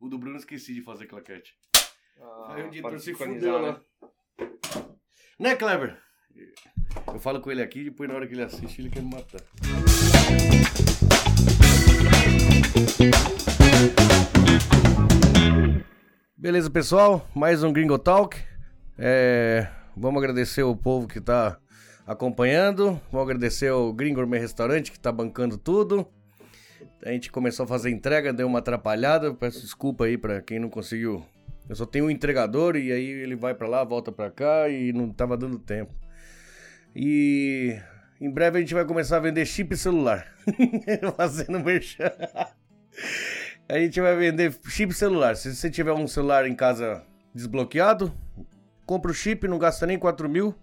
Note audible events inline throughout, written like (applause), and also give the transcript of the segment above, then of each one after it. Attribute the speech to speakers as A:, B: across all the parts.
A: O do Bruno eu esqueci de fazer claquete.
B: Ah,
A: Aí o editor
B: pode
A: se
B: sincronizar, né?
A: fudeu lá. Né, Kleber? Eu falo com ele aqui e depois na hora que ele assiste ele quer me matar. Beleza, pessoal? Mais um Gringo Talk. É, Vamos agradecer o povo que está acompanhando. Vamos agradecer o Gringo Gourmet Restaurante que está bancando tudo. A gente começou a fazer entrega, deu uma atrapalhada. Peço desculpa aí para quem não conseguiu. Eu só tenho um entregador e aí ele vai para lá, volta para cá e não tava dando tempo. E em breve a gente vai começar a vender chip celular. (laughs) Fazendo merchan. A gente vai vender chip celular. Se você tiver um celular em casa desbloqueado, compra o chip, não gasta nem 4 mil.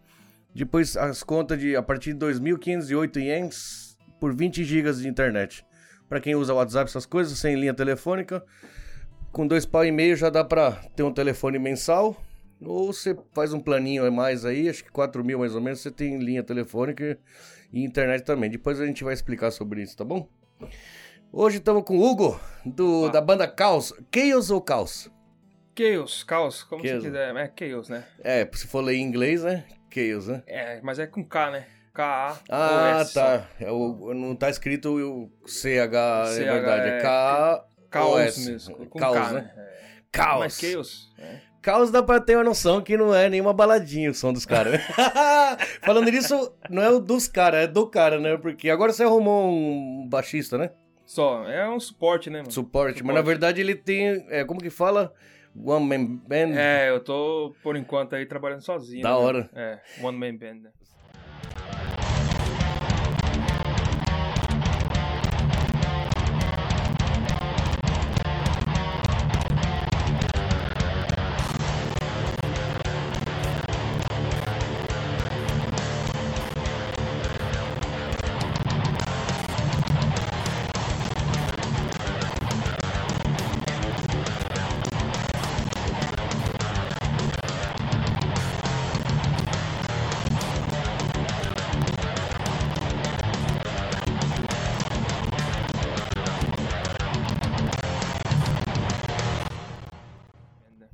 A: Depois as contas de a partir de 2.508 ienes por 20 gigas de internet. Para quem usa WhatsApp, essas coisas, sem linha telefônica, com dois pau e meio já dá para ter um telefone mensal. Ou você faz um planinho a mais aí, acho que 4 mil mais ou menos, você tem linha telefônica e internet também. Depois a gente vai explicar sobre isso, tá bom? Hoje estamos com o Hugo, do,
B: Opa.
A: da banda Caos. Chaos ou Caos?
B: Chaos, caos, como
A: Chaos.
B: você quiser. É Chaos, né?
A: É, se for ler em inglês, né? Chaos, né?
B: É, mas é com K, né? K-A.
A: Ah, tá. É o- não tá escrito o CH, é
B: CH,
A: verdade. É
B: é.
A: K.
B: Caos
A: OS.
B: mesmo. Com
A: Caos,
B: K,
A: né?
B: né? É.
A: Caos.
B: Mas Chaos. é.
A: Caos dá pra ter uma noção que não é nenhuma baladinha o som dos
B: (laughs)
A: caras. Falando nisso, não é o dos caras, é do cara, né? Porque agora você arrumou um baixista, né?
B: Só, é um suporte, né, mano?
A: Suporte. Mas na
B: Suporte.
A: verdade ele tem. é, como que fala? One Man Band.
B: É, eu tô, por enquanto, aí trabalhando sozinho.
A: Da
B: né?
A: hora.
B: É, One Man Band, né?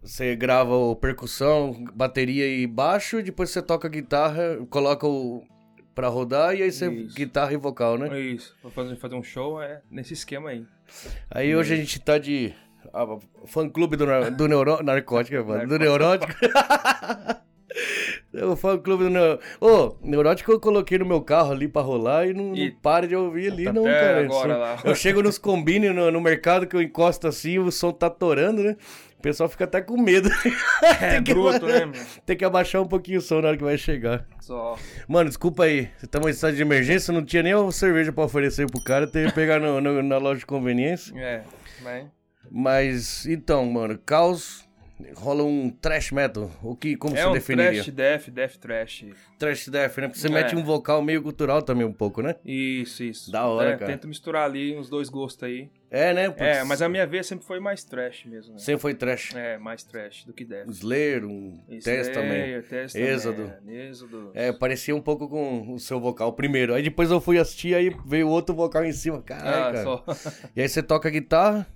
A: Você grava o percussão, bateria e baixo, depois você toca guitarra, coloca o. pra rodar e aí você.
B: Isso.
A: guitarra e vocal, né?
B: É isso. Vou fazer, fazer um show é nesse esquema aí.
A: Aí hoje a gente tá de. ah, fã clube do, nar- do neuro, narcótico, mano. Do neurótico. (laughs) o fã clube do neurótico. Ô, neurótico eu coloquei no meu carro ali pra rolar e não,
B: E-
A: não para de ouvir ali,
B: Tá
A: não,
B: até
A: cara.
B: agora
A: Só-
B: lá.
A: Eu chego nos combine no, no mercado que eu encosto assim o som tá torando, né? O pessoal fica até com medo.
B: (laughs) É
A: (laughs) Tem que-
B: bruto, né, mano?
A: Tem que abaixar um pouquinho o som na hora que vai chegar.
B: Só.
A: Mano, desculpa aí. Estamos em estado de emergência, não tinha nem uma cerveja pra oferecer pro cara, teve que pegar no- no- na loja de conveniência.
B: É, mas.
A: Mas então, mano, caos rola um trash metal. O que como
B: É
A: você
B: um
A: definiria?
B: trash, death, death trash.
A: Trash death, né? Porque você
B: É.
A: mete um vocal meio cultural também um pouco, né?
B: Isso, isso.
A: Da hora,
B: É,
A: cara.
B: Tento misturar ali uns dois gostos aí.
A: É, né? Putz,
B: É, mas a minha vez sempre foi mais trash mesmo, né?
A: sempre foi trash.
B: É, mais trash do que é, death.
A: Um Slayer, um Test também.
B: Testament,
A: Êxodo.
B: Êxodo.
A: É, parecia um pouco com o seu vocal primeiro. Aí depois eu fui assistir, aí veio outro vocal em cima. Caralho,
B: ah,
A: cara. (laughs)
B: só.
A: E aí você toca a guitarra,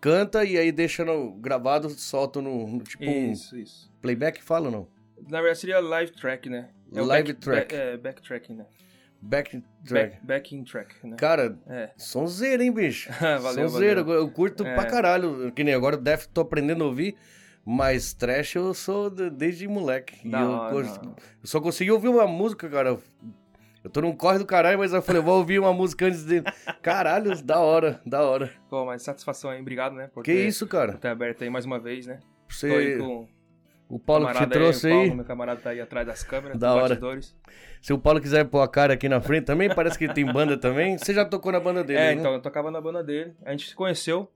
A: canta e aí deixa no, gravado, solta no, no tipo
B: isso, isso.
A: um playback, fala ou não?
B: Na verdade seria live track, né? o
A: Live track.
B: back- é, backtracking, né?
A: Back track.
B: Back, backing track, né?
A: Cara,
B: É.
A: Sonzeira, hein, bicho?
B: (laughs) Valeu,
A: Sonzeira,
B: valeu.
A: eu curto
B: É.
A: pra caralho. Que nem agora o Def tô aprendendo a ouvir, mas trash eu sou de- desde moleque. E
B: Da
A: eu,
B: hora,
A: cons-
B: da hora.
A: eu só consegui ouvir uma música, cara. Eu tô num corre do caralho, mas eu falei, vou ouvir uma música antes
B: (laughs)
A: dele. Caralho, da hora, da hora.
B: Pô, mas satisfação aí, obrigado, né? Por
A: Que
B: ter-
A: isso, cara?
B: por ter aberto aí mais uma vez, né? Tô aí
A: Você,
B: com
A: o Paulo que te
B: camarada
A: trouxe
B: aí,
A: aí,
B: O Paulo, meu camarada tá aí atrás das câmeras,
A: Da
B: dos
A: hora.
B: bastidores.
A: se o Paulo quiser pôr a cara aqui na frente também, parece que ele tem banda também. Você já tocou na banda dele, né?
B: é, então, eu tocava na banda dele. A gente se conheceu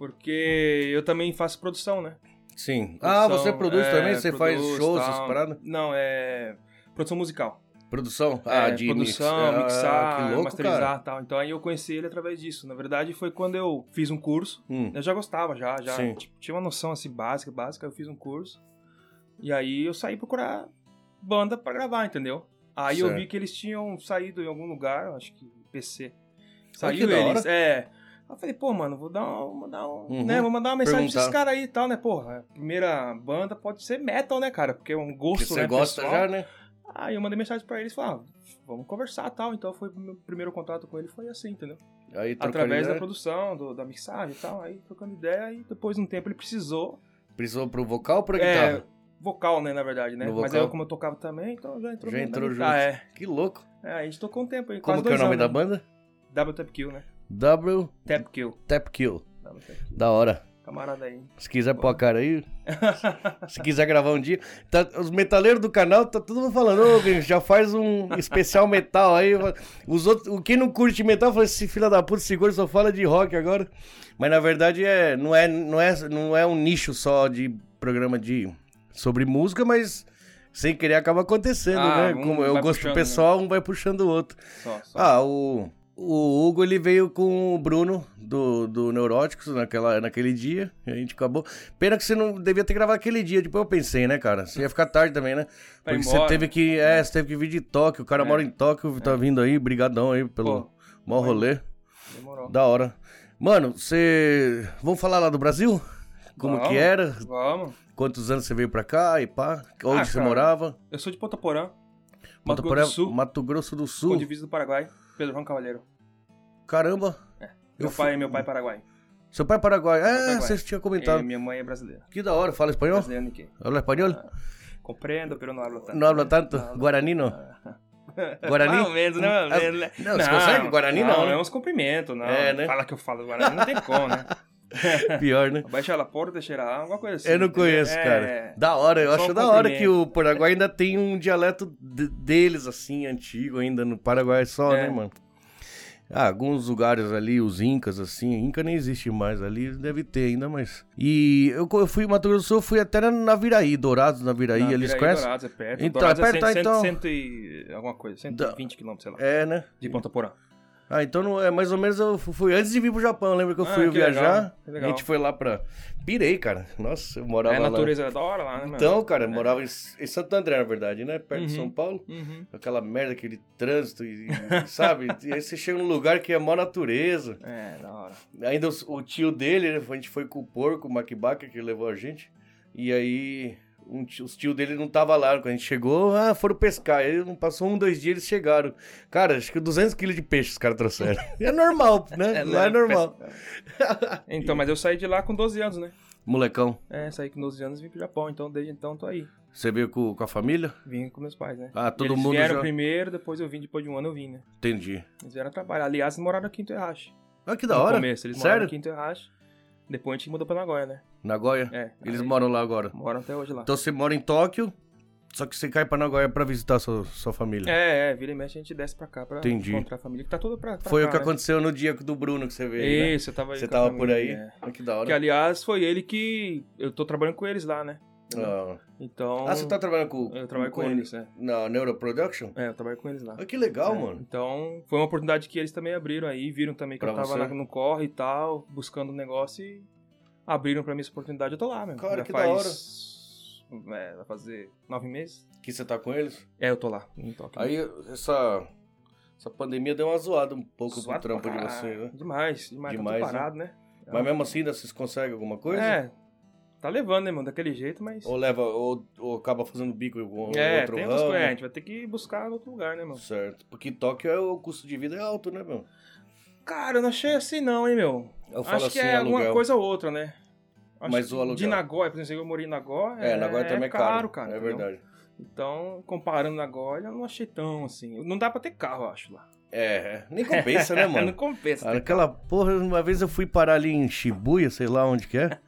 B: porque eu também faço produção, né?
A: Sim. Ah,
B: Produção,
A: você produz
B: é,
A: também? Você faz
B: produzo,
A: shows,
B: tal.
A: essas paradas?
B: Não, é produção musical.
A: Produção? Ah,
B: é, produção,
A: mix. Ah,
B: mixar,
A: que louco, Cara.
B: masterizar e tal. Então aí eu conheci ele através disso. Na verdade, foi quando eu fiz um curso.
A: Hum.
B: Eu já gostava, já, já
A: Sim.
B: tipo, tinha uma noção assim básica, básica. Eu fiz um curso e aí eu saí procurar banda pra gravar, entendeu? Aí eu
A: Certo.
B: vi que eles tinham saído em algum lugar, eu acho que PC.
A: Olha que
B: Saiu
A: da
B: eles, é. Aí eu falei, pô, mano, vou dar um. Dar um
A: Uhum.
B: Né, vou mandar uma mensagem pra esses
A: Perguntar.
B: caras aí e tal, né? Porra, a primeira banda pode ser metal, né, cara? Porque é um
A: Que
B: gosto,
A: você
B: né,
A: gosta
B: pessoal.
A: já, né?
B: Aí eu mandei mensagem pra eles e falei, ah, vamos conversar e tal. Então foi o meu primeiro contato com ele, foi assim, entendeu?
A: Aí tá trocando
B: Através da
A: ideia,
B: produção, do- da mixagem e tal. Aí trocando ideia e depois de um tempo ele precisou
A: precisou pro vocal ou pra
B: É,
A: guitarra?
B: vocal, né, na verdade, né?
A: No
B: Mas
A: vocal?
B: aí, como eu tocava também, então já entrou
A: Já
B: na- na
A: entrou
B: guitarra, é.
A: Que louco.
B: É, a gente tocou um tempo aí,
A: Como
B: quase
A: que é o
B: dois
A: nome da
B: anos, né?
A: banda?
B: W Tap Kill, né?
A: W
B: Tap Kill.
A: Tap Kill.
B: W Tap Kill.
A: Da hora.
B: Camarada aí.
A: Se quiser pôr a cara aí, se quiser gravar um dia. Tá- os metaleiros do canal, tá todo mundo falando, ô, Gringo, já faz um especial metal aí. Os outros, o- quem não curte metal, fala, esse filho da puta, segura, só fala de rock agora. Mas na verdade é, não, é, não, é, não é um nicho só de programa de, sobre música, mas sem querer acaba acontecendo,
B: Ah,
A: né?
B: um
A: Como é o
B: vai
A: gosto do
B: puxando,
A: pessoal, um vai puxando o outro.
B: Só, só.
A: Ah, o, o Hugo ele veio com o Bruno do, do Neuróticos naquela, naquele dia. A gente acabou. Pena que você não devia ter gravado aquele dia. Depois eu pensei, né, cara? Você ia ficar tarde também, né?
B: Vai
A: Porque você
B: embora.
A: teve que. É, você teve que vir de Tóquio. O cara
B: É.
A: mora em Tóquio, tá vindo aí. Brigadão aí pelo
B: Pô,
A: maior rolê.
B: demorou.
A: Da hora. Mano, você. Vamos falar lá do Brasil? Como
B: Vamos.
A: que era?
B: Vamos.
A: Quantos anos você veio pra cá e pá? Onde
B: Ah,
A: você
B: cara,
A: morava?
B: Eu sou de Ponta Porã,
A: Mato Grosso
B: Mato Grosso
A: do
B: do Sul,
A: Mato Grosso do
B: com
A: Sul.
B: divisa do Paraguai, Pedro João Cavalheiro.
A: Caramba. Eu
B: Meu
A: fui-
B: pai, meu pai é paraguai.
A: Seu pai é paraguaio. É,
B: Paraguai.
A: você tinha
B: E
A: comentado.
B: minha mãe é brasileira.
A: Que da hora, fala espanhol?
B: Brasileira que
A: Habla espanhol?
B: compreendo, pero não hablo tanto.
A: não habla tanto.
B: Não, não.
A: Guarani não.
B: (laughs)
A: Guarani? Ah,
B: Mais ou menos, né? Mais ou menos, né?
A: Não, você consegue? Guarani não, né?
B: é uns cumprimentos, não.
A: É, né?
B: Fala que eu falo Guarani, não tem como, né?
A: Pior, né?
B: Baixa a porta, cheira a alguma coisa assim.
A: Eu não
B: entendeu?
A: conheço,
B: É,
A: cara. Da hora, eu
B: Só
A: acho
B: um
A: da hora
B: cumprimento.
A: que o Paraguai ainda tem um dialeto de- deles, assim, antigo ainda. No Paraguai só,
B: É.
A: né, mano? Ah, alguns lugares ali, os Incas, assim, Inca nem existe mais ali, deve ter ainda, mas... E eu, co- eu fui em Mato Grosso do Sul, eu fui até na Naviraí, Dourados, Naviraí,
B: Na
A: eles
B: Viraí
A: conhecem?
B: Dourados, é perto.
A: Então,
B: Dourados
A: é perto,
B: cento-
A: então.
B: cento e alguma coisa, 120 quilômetros, sei lá,
A: É, né?
B: de Ponta Porã.
A: Ah, então não é mais ou menos eu fu- fui antes de vir pro Japão, lembra que eu
B: Ah,
A: fui
B: que
A: viajar?
B: legal, que legal.
A: A gente foi lá pra. Pirei, cara. Nossa, eu morava
B: É, a
A: lá.
B: natureza é da hora lá, né, mano?
A: Então, cara, eu morava em, S- em Santo André, na verdade, né? Perto de
B: Uhum.
A: São Paulo.
B: Uhum.
A: Aquela merda, aquele trânsito, e, e- sabe? (laughs) E aí você chega num lugar que é mó natureza.
B: É, da hora.
A: Ainda os- o, tio dele, né? a gente foi com o porco, o Makibaca, que levou a gente. E aí um tio- os tio dele não tava lá. Quando a gente chegou, ah, foram pescar. Aí não passou um, dois dias, eles chegaram. Cara, acho que 200 quilos de peixe os caras
B: (laughs)
A: trouxeram. é normal, né? lá é normal. Ah,
B: Então, mas eu saí de lá com 12 anos, né?
A: Molecão,
B: É, saí com 12 anos e vim pro Japão, então desde então tô aí.
A: você veio com, com a família?
B: Vim com meus pais, né?
A: Ah, todo
B: Eles
A: mundo
B: vieram
A: já-
B: primeiro, depois eu vim, depois de um ano eu vim, né?
A: Entendi.
B: Eles vieram trabalhar. Aliás, eles moraram aqui em Terrache.
A: Ah, que da
B: no
A: hora.
B: começo, eles moraram
A: Sério?
B: aqui em Terrache. Depois a gente mudou pra Nagoya, né?
A: Nagoya?
B: É.
A: Eles
B: aí
A: moram lá agora.
B: Moram até hoje lá.
A: Então você mora em Tóquio, só que você cai pra Nagoya pra visitar sua, sua família.
B: É, é, vira e mexe a gente desce pra cá pra
A: Entendi.
B: encontrar a família, que tá toda pra, pra
A: Foi
B: cá,
A: o que
B: né?
A: aconteceu no dia do Bruno que você veio, né?
B: Isso, eu tava aí
A: Você
B: com a
A: tava por aí.
B: família, é.
A: Ah, que da
B: Que,
A: hora.
B: aliás, foi ele que... Eu tô trabalhando com eles lá, né?
A: Ah.
B: Então...
A: Ah, você tá trabalhando com.
B: Eu trabalho com eles, é.
A: Na Neuroproduction?
B: É, eu trabalho com eles lá.
A: Ah, que legal,
B: É,
A: mano.
B: Então, foi uma oportunidade que eles também abriram aí, viram também que
A: Pra
B: eu tava
A: você?
B: na- no corre e tal, buscando um negócio e abriram pra mim essa oportunidade, eu tô lá, mesmo.
A: Cara,
B: Já
A: que da
B: faz... da hora. É, vai fazer nove meses?
A: Que você tá com eles?
B: É, eu tô lá, em Tóquio.
A: Aí essa. Essa pandemia deu uma zoada um pouco
B: Suado
A: pro trampo
B: pra
A: de
B: caralho.
A: você, né?
B: Demais, demais,
A: Demais,
B: tá tudo parado, né?
A: Mas mesmo assim ainda vocês conseguem alguma coisa?
B: É, tá levando, né, mano, daquele jeito, mas...
A: Ou leva, ou, ou acaba fazendo bico com
B: é,
A: outro
B: tem
A: ramo.
B: outras coisas, é, a gente vai ter que buscar em outro lugar, né, mano?
A: Certo. Porque Tóquio é, o custo de vida é alto, né, meu?
B: Cara, eu não achei assim não, hein, meu?
A: Eu falo
B: Acho que
A: assim,
B: é
A: aluguel.
B: alguma coisa ou outra, né? Acho
A: Mas
B: que
A: o aluguel.
B: De Nagoya, por exemplo, eu morei em Nagoya.
A: É, na Goiás também é
B: caro, cara.
A: É
B: entendeu?
A: verdade.
B: Então, comparando Nagoya, eu não achei tão assim. Não dá pra ter carro, eu acho, lá.
A: É, é. nem compensa,
B: (laughs)
A: né,
B: não
A: mano?
B: compensa.
A: Aquela porra, uma vez eu fui parar ali em Shibuya, sei lá onde que é.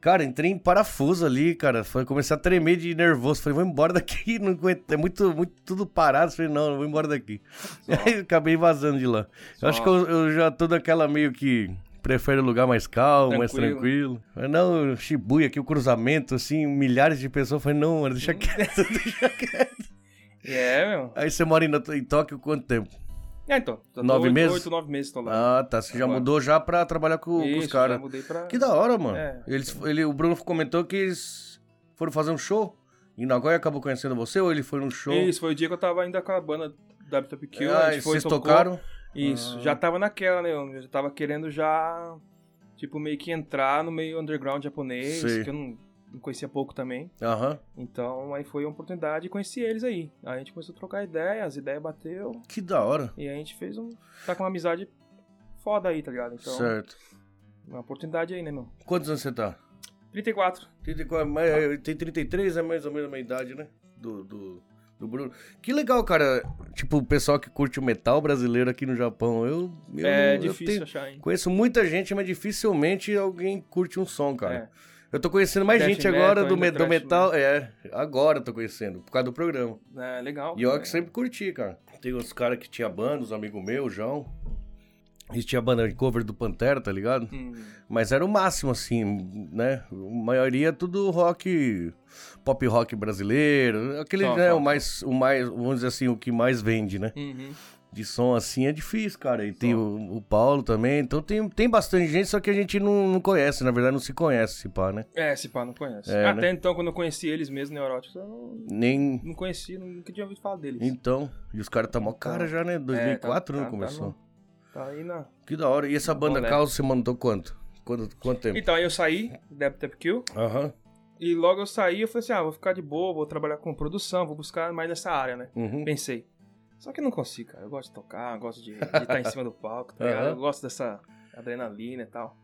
A: Cara, entrei em parafuso ali, cara. Foi comecei a tremer de nervoso. Falei, vou embora daqui, (laughs) não aguento. É muito, muito tudo parado. Falei, não, eu vou embora daqui.
B: Só.
A: (laughs) Aí eu acabei vazando de lá. Eu acho que eu, eu já tô daquela meio que prefere um lugar mais calmo, mais tranquilo. Mas não, Shibuya aqui, o cruzamento, assim, milhares de pessoas. Falei, não, mano,
B: Hum.
A: deixa quieto, (laughs) deixa quieto.
B: É, meu.
A: Aí você mora em, em Tóquio quanto tempo?
B: É, então. tô- tô
A: Nove
B: oito-
A: meses?
B: Oito, nove meses tô lá.
A: Ah, tá. Você já
B: Agora.
A: mudou já pra trabalhar com, com os
B: Isso, já
A: caras.
B: mudei pra...
A: Que da hora, mano.
B: É.
A: Eles, ele, o Bruno comentou que eles foram fazer um show em Nagoya acabou conhecendo você ou ele foi num show?
B: Isso, foi o dia que eu tava ainda com a banda WTPQ.
A: Ah,
B: a
A: e
B: gente foi,
A: vocês
B: tocou.
A: tocaram?
B: Isso,
A: Ah.
B: já tava naquela, né? Eu já tava querendo já, tipo, meio que entrar no meio underground japonês,
A: Sei.
B: que eu não, não conhecia pouco também.
A: Aham.
B: Então, aí foi uma oportunidade e conheci eles aí. Aí a gente começou a trocar ideia, as ideias bateu,
A: Que da hora.
B: e aí a gente fez um... Tá com uma amizade foda aí, tá ligado? Então,
A: Certo.
B: uma oportunidade aí, né, meu?
A: Quantos anos você tá?
B: 34.
A: 34, mas, é, tem 33, é mais ou menos a minha idade, né? Do, do, do Bruno. Que legal, cara. Tipo, o pessoal que curte o metal brasileiro aqui no Japão. Eu, eu
B: é
A: não- eu
B: difícil
A: tenho-
B: achar, hein?
A: conheço muita gente, mas dificilmente alguém curte um som, cara.
B: É.
A: Eu tô conhecendo mais
B: Thrash
A: gente agora
B: metal,
A: do,
B: ainda
A: me- do
B: thrash
A: metal. É, agora eu tô conhecendo, por causa do programa.
B: É, legal.
A: E eu
B: cara.
A: que sempre curti, cara. Tem uns caras que tinha banda, uns amigos meus, João. E tinha banda de cover do Pantera, tá ligado?
B: Hum,
A: Mas era o máximo, assim, né? A maioria tudo rock, pop rock brasileiro. Aquele,
B: Só,
A: né,
B: só,
A: o mais, o mais, vamos dizer assim, o que mais vende, né?
B: uhum.
A: De som assim é difícil, cara. E tem o, o Paulo também. Então tem, tem bastante gente, só que a gente não, não conhece, na verdade não se conhece, se pá, né?
B: É, esse pá não conhece.
A: É,
B: Até então, quando eu conheci eles mesmo, neuróticos, eu não,
A: Nem.
B: não conhecia, nunca tinha ouvido falar deles.
A: Então. E os caras tá mó cara já, né? 2004
B: Então, É,
A: né? Começou.
B: no- tá aí na...
A: Que da hora. E essa banda
B: Bom, né?
A: Caos você mandou quanto? Quanto, quanto tempo?
B: Então, aí eu saí, Deb Tap Kill,
A: Aham.
B: e logo eu saí, eu falei assim, ah, vou ficar de boa, vou trabalhar com produção, vou buscar mais nessa área, né?
A: Uhum.
B: Pensei. Só que eu não consigo, cara. Eu gosto de tocar, eu gosto de estar em cima do palco, tá ligado?
A: Aham.
B: Eu gosto dessa adrenalina e tal.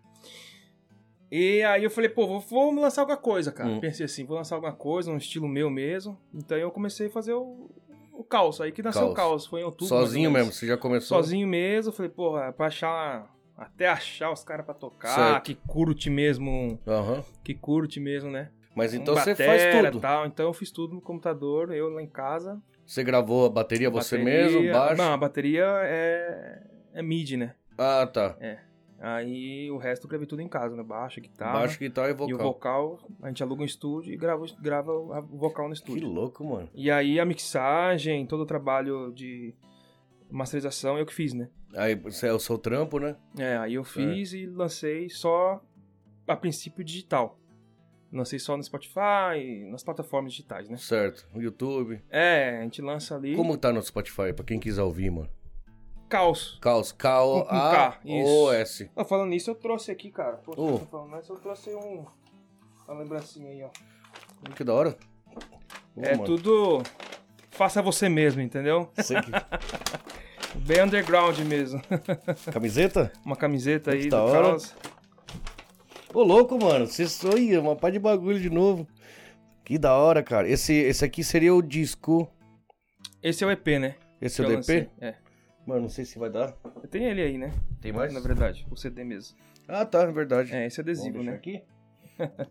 B: E aí eu falei, pô, vou, vou lançar alguma coisa, cara.
A: Hum.
B: Pensei assim, vou lançar alguma coisa, um estilo meu mesmo. Então eu comecei a fazer o, o caos. Aí que nasceu o
A: Caos.
B: caos, foi em outubro. mais ou
A: Sozinho
B: menos.
A: mesmo, você já começou?
B: Sozinho mesmo, falei, porra, é pra achar. Até achar os caras pra tocar,
A: Certo.
B: que curte mesmo.
A: Aham.
B: Que curte mesmo, né?
A: Mas então
B: Um
A: você faz
B: batera,
A: tudo.
B: Tal. Então eu fiz tudo no computador, eu lá em casa.
A: Você gravou a bateria É você
B: Bateria-
A: mesmo, baixo?
B: Não, a bateria é, é MIDI, né?
A: Ah, tá.
B: Aí o resto eu gravei tudo em casa, né? Baixo, guitarra.
A: Baixo, guitarra e vocal.
B: E o vocal, a gente aluga um estúdio e grava, o- grava o a- o vocal no
A: Que
B: estúdio.
A: louco, mano.
B: E aí a mixagem, todo o trabalho de masterização eu que fiz, né?
A: Aí você é o seu trampo, né?
B: É, aí eu fiz e lancei só a princípio digital. Lancei só no Spotify, nas plataformas digitais, né?
A: Certo. O YouTube.
B: É, a gente lança ali.
A: Como tá no Spotify, pra quem quiser ouvir, mano?
B: Caos.
A: Caos,
B: Com- com K,
A: K-O-S.
B: Ah, falando nisso, eu trouxe aqui, cara. Poxa,
A: Oh.
B: tô falando nisso, eu trouxe um. Uma lembrancinha aí, ó.
A: Que da hora. Ô,
B: é
A: mano,
B: tudo. Faça você mesmo, entendeu?
A: você que- (laughs)
B: Bem underground mesmo. (laughs)
A: Camiseta?
B: Uma camiseta aí
A: Que
B: do
A: da hora.
B: Caos.
A: Ô, louco, mano. Você sonha, uma pá de bagulho de novo. Que da hora, cara. Esse, esse aqui seria o disco.
B: Esse é o EP, né?
A: Esse
B: Que
A: é
B: eu
A: o
B: lancei.
A: DP?
B: É.
A: Mano, não sei se vai dar.
B: Eu tenho ele aí, né?
A: Tem mais?
B: Na verdade, o CD mesmo.
A: Ah, tá, é verdade.
B: É, esse
A: Vamos
B: adesivo,
A: deixar
B: né?
A: aqui.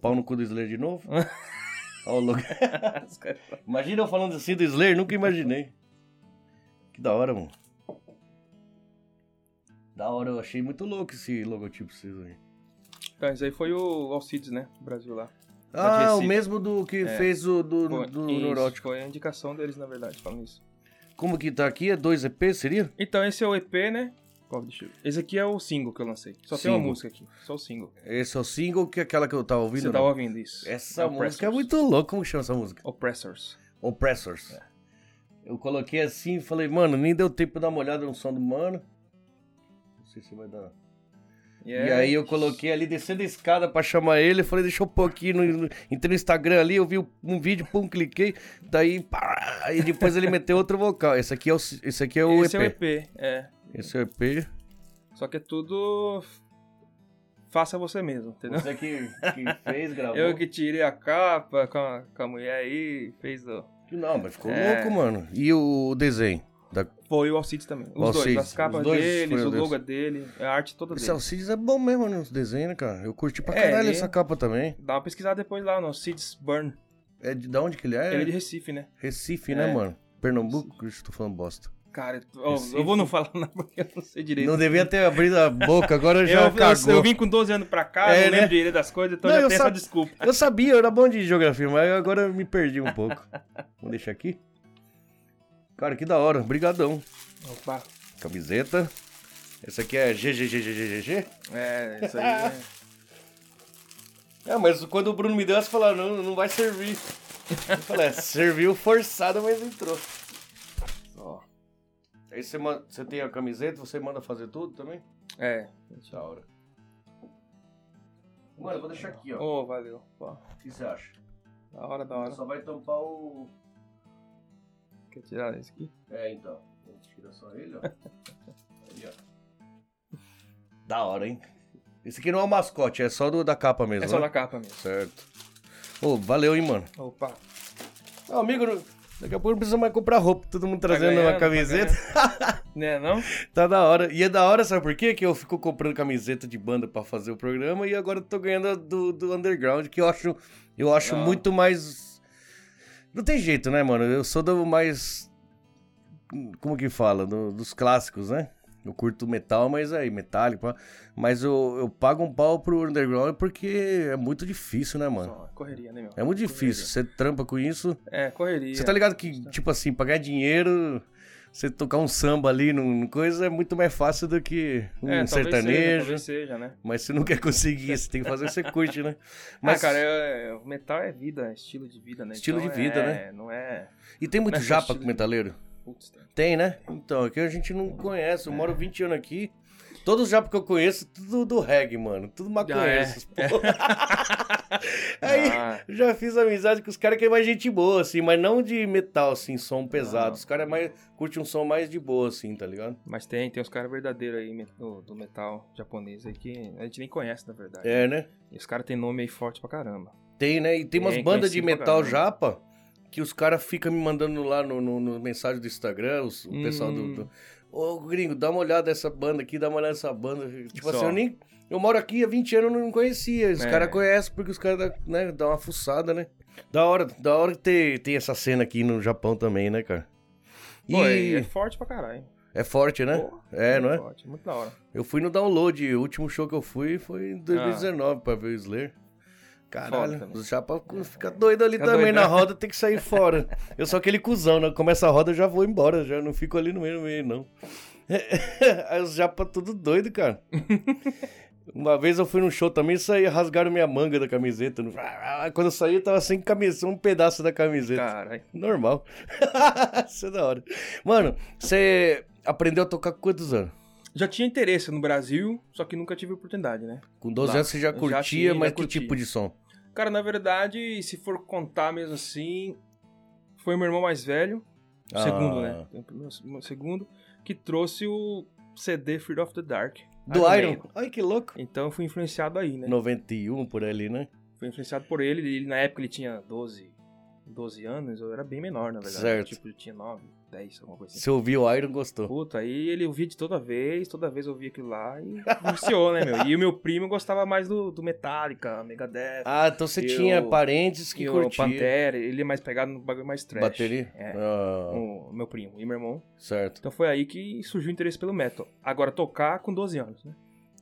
A: Pau no cu do Slayer de
B: (laughs)
A: novo. Olha o lugar. Imagina eu falando assim do Slayer, nunca imaginei. Que da hora, mano. Da hora, eu achei muito louco esse logotipo vocês aí.
B: Tá, esse aí foi o Alcides, né? do Brasil lá. Lá de
A: Ah, o
B: Recife.
A: mesmo do que
B: Tá É.
A: fez o do,
B: Foi-
A: do
B: isso,
A: Neurótico.
B: Foi a indicação deles, na verdade, falando isso.
A: Como que tá aqui? É dois EP, seria?
B: Então, esse é o EP, né? Qual, deixa eu... Esse aqui é o single que eu lancei. Só tem uma
A: Single.
B: música aqui, só o single.
A: Esse é o single que é aquela que eu tava ouvindo?
B: Você
A: não?
B: tá ouvindo isso.
A: Essa
B: É
A: música é
B: Oppressors.
A: muito louca. Como que chama essa música?
B: Oppressors.
A: Oppressors.
B: É.
A: Eu coloquei assim e falei, mano, nem deu tempo de dar uma olhada no som do mano. Não sei se vai dar. E
B: É.
A: aí eu coloquei ali, descendo a escada pra chamar ele, falei, deixa eu pôr aqui, no, no- entrei no Instagram ali, eu vi um, um vídeo, pum, cliquei, daí, pá, aí depois ele meteu outro vocal. Esse aqui é o, si- esse aqui é o
B: Esse
A: EP.
B: é o EP, é.
A: Esse é o EP.
B: Só que é tudo. Faça você mesmo, entendeu?
A: Você que, que fez, gravou.
B: Eu que tirei a capa com a, com a mulher aí, fez o.
A: Não, mas ficou
B: É.
A: louco, mano. E o desenho? Da...
B: Foi o Alcides também. Os
A: O Alcides,
B: dois, as capas
A: os dois
B: deles,
A: foi
B: o
A: o
B: logo é dele, a arte toda
A: Esse
B: dele.
A: Alcides é bom mesmo nos desenhos, né, cara? Eu curti pra
B: É,
A: caralho
B: ele-
A: essa capa também.
B: Dá uma pesquisada depois lá no Alcides Burn.
A: É de, da onde que ele é?
B: Ele é de Recife, né?
A: Recife, né,
B: É.
A: mano? Pernambuco, Cristo, tô falando bosta.
B: Cara, eu,
A: Recife.
B: eu vou não falar (laughs) nada porque eu não sei direito.
A: Não devia ter abrido a boca, agora
B: (laughs) eu,
A: já
B: eu-
A: cagou.
B: eu vim com 12 anos pra cá,
A: É, né?
B: não lembro direito das coisas, então
A: Não, eu
B: já tem essa
A: sabe-
B: desculpa.
A: Eu sabia, eu era bom de geografia, mas agora eu me perdi um
B: (laughs)
A: pouco. Vou deixar aqui. Cara, que da hora. Brigadão.
B: Opa.
A: Camiseta. Essa aqui é GGGGGG.
B: É, isso aí. né?
A: (laughs) É, mas quando o Bruno me deu, elas falaram, não, não vai servir. Eu falei, é, serviu forçado, mas entrou.
B: Ó.
A: Aí você, man- você tem a camiseta, você manda fazer tudo também?
B: É.
A: Da hora. Mano, eu vou deixar aqui, ó.
B: Ô, valeu. Pô,
A: O que você acha?
B: da hora, da hora.
A: Só vai tampar o.
B: Quer tirar esse aqui?
A: É, então. Vou tirar só ele, ó. Aí, ó. Da hora, hein? Esse aqui não é o mascote, é só do, da capa mesmo.
B: É só
A: né?
B: na capa mesmo.
A: Certo. Ô, valeu, hein, mano.
B: Opa.
A: Não, amigo, não- daqui a pouco não precisa mais comprar roupa, todo mundo trazendo
B: ganhando,
A: uma
B: tá
A: camiseta.
B: Né,
A: (laughs)
B: não?
A: Tá da hora. E é da hora, sabe por quê? Que eu fico comprando camiseta de banda pra fazer o programa e agora eu tô ganhando a do, do underground, que eu acho, eu acho
B: Não.
A: muito mais. Não tem jeito, né, mano? Eu sou do mais. Como que fala? Do- dos clássicos, né? Eu curto metal, mas aí, metálico. pá. Mas eu, eu pago um pau pro underground porque é muito difícil, né, mano?
B: Só correria, né, meu?
A: É muito difícil. Você trampa com isso.
B: É, correria.
A: Você tá ligado que, tipo assim, pagar dinheiro, você tocar um samba ali num coisa é muito mais fácil do que um
B: É, talvez Seja,
A: sertanejo.
B: talvez seja, né?
A: mas você (laughs) não quer conseguir, você tem que fazer, você curte, né? Mas,
B: Mas, cara, é- é- o metal é vida, é estilo de vida, né?
A: Estilo
B: Então,
A: de vida,
B: é, Não é.
A: e tem muito
B: mas
A: japa
B: estilo-
A: com metaleiro?
B: Putz, tá. tem.
A: Tem, né? Então, aqui a gente não conhece, eu moro
B: É.
A: 20 anos aqui. Todos os japas que eu conheço, tudo do reggae, mano. Tudo maconha,
B: Ah, é.
A: essas
B: (laughs)
A: porra. Aí,
B: Ah,
A: Já fiz amizade com os caras que é mais gente boa, assim, mas não de metal, assim, som pesado.
B: Não.
A: Os caras é mais, curte um som mais de boa, assim, tá ligado?
B: mas tem, tem os caras verdadeiros aí me- do, do metal japonês aí que a gente nem conhece, na verdade.
A: É, né?
B: E os caras têm nome aí forte pra caramba.
A: Tem, né? E tem umas
B: Tem,
A: bandas de
B: conhecido pra
A: metal
B: caramba.
A: japa que os caras ficam me mandando lá no, no, no mensagem do Instagram, os- o
B: Hum.
A: pessoal do, do- Ô, gringo, dá uma olhada nessa banda aqui, dá uma olhada nessa banda. Tipo
B: Só.
A: assim, eu nem... Eu moro aqui há 20 anos, eu não conhecia. Os
B: É.
A: caras conhecem porque os caras, dá- né, dão uma fuçada, né? Da hora, da hora que tem, tem essa cena aqui no Japão também, né, cara? E
B: Pô, é, é forte pra caralho.
A: é forte, né?
B: Pô,
A: É, não é?
B: Forte, muito da hora.
A: Eu fui no download, o último show que eu fui foi em 2019 pra ver o Slayer.
B: Ah. Foda
A: Caralho,
B: também.
A: os chapa fica doido ali
B: Fica
A: também
B: doido,
A: na
B: né?
A: roda, tem que sair fora. Eu sou aquele cuzão, né? Começa a roda, eu já vou embora, já não fico ali no meio, no meio não. (laughs) Aí os japa tudo doido, cara. Uma vez eu fui num show também e saí, rasgaram minha manga da camiseta. Ah, Quando eu saí, eu tava sem camiseta, um pedaço da camiseta.
B: Caralho.
A: Normal. (laughs) Isso é da hora. Mano, você aprendeu a tocar com quantos anos?
B: Já tinha interesse no Brasil, só que nunca tive oportunidade, né?
A: Com 12
B: Lá.
A: anos você já
B: Eu já
A: curtia,
B: tinha, já
A: mas que
B: curtia.
A: tipo de som?
B: Cara, na verdade, se for contar mesmo assim, foi meu irmão mais velho, o
A: Ah.
B: segundo, né? O primeiro, o meu segundo, que trouxe o CD Fear of the Dark.
A: Ah, Do Iron?
B: Maiden.
A: Ai, que louco.
B: Então eu fui influenciado aí, né?
A: 91 por ali, né?
B: Fui influenciado por ele, ele na época ele tinha 12, 12 anos, eu era bem menor, na verdade.
A: Certo.
B: Tipo, eu tinha 9, 10, alguma coisa assim.
A: Você ouviu o Iron, gostou.
B: Puta, aí ele ouvia de toda vez, toda vez eu ouvia aquilo lá e viciou, né, meu? E o meu primo gostava mais do, do Metallica, Megadeth,
A: Ah, então você
B: Eu-
A: tinha parentes Ah, que
B: e o
A: curtiam.
B: Pantera, ele é mais pegado no bagulho mais trash.
A: Bateria?
B: É.
A: Ah,
B: O meu primo e meu irmão.
A: certo.
B: Então foi aí que surgiu o interesse pelo metal. Agora tocar com 12 anos, né?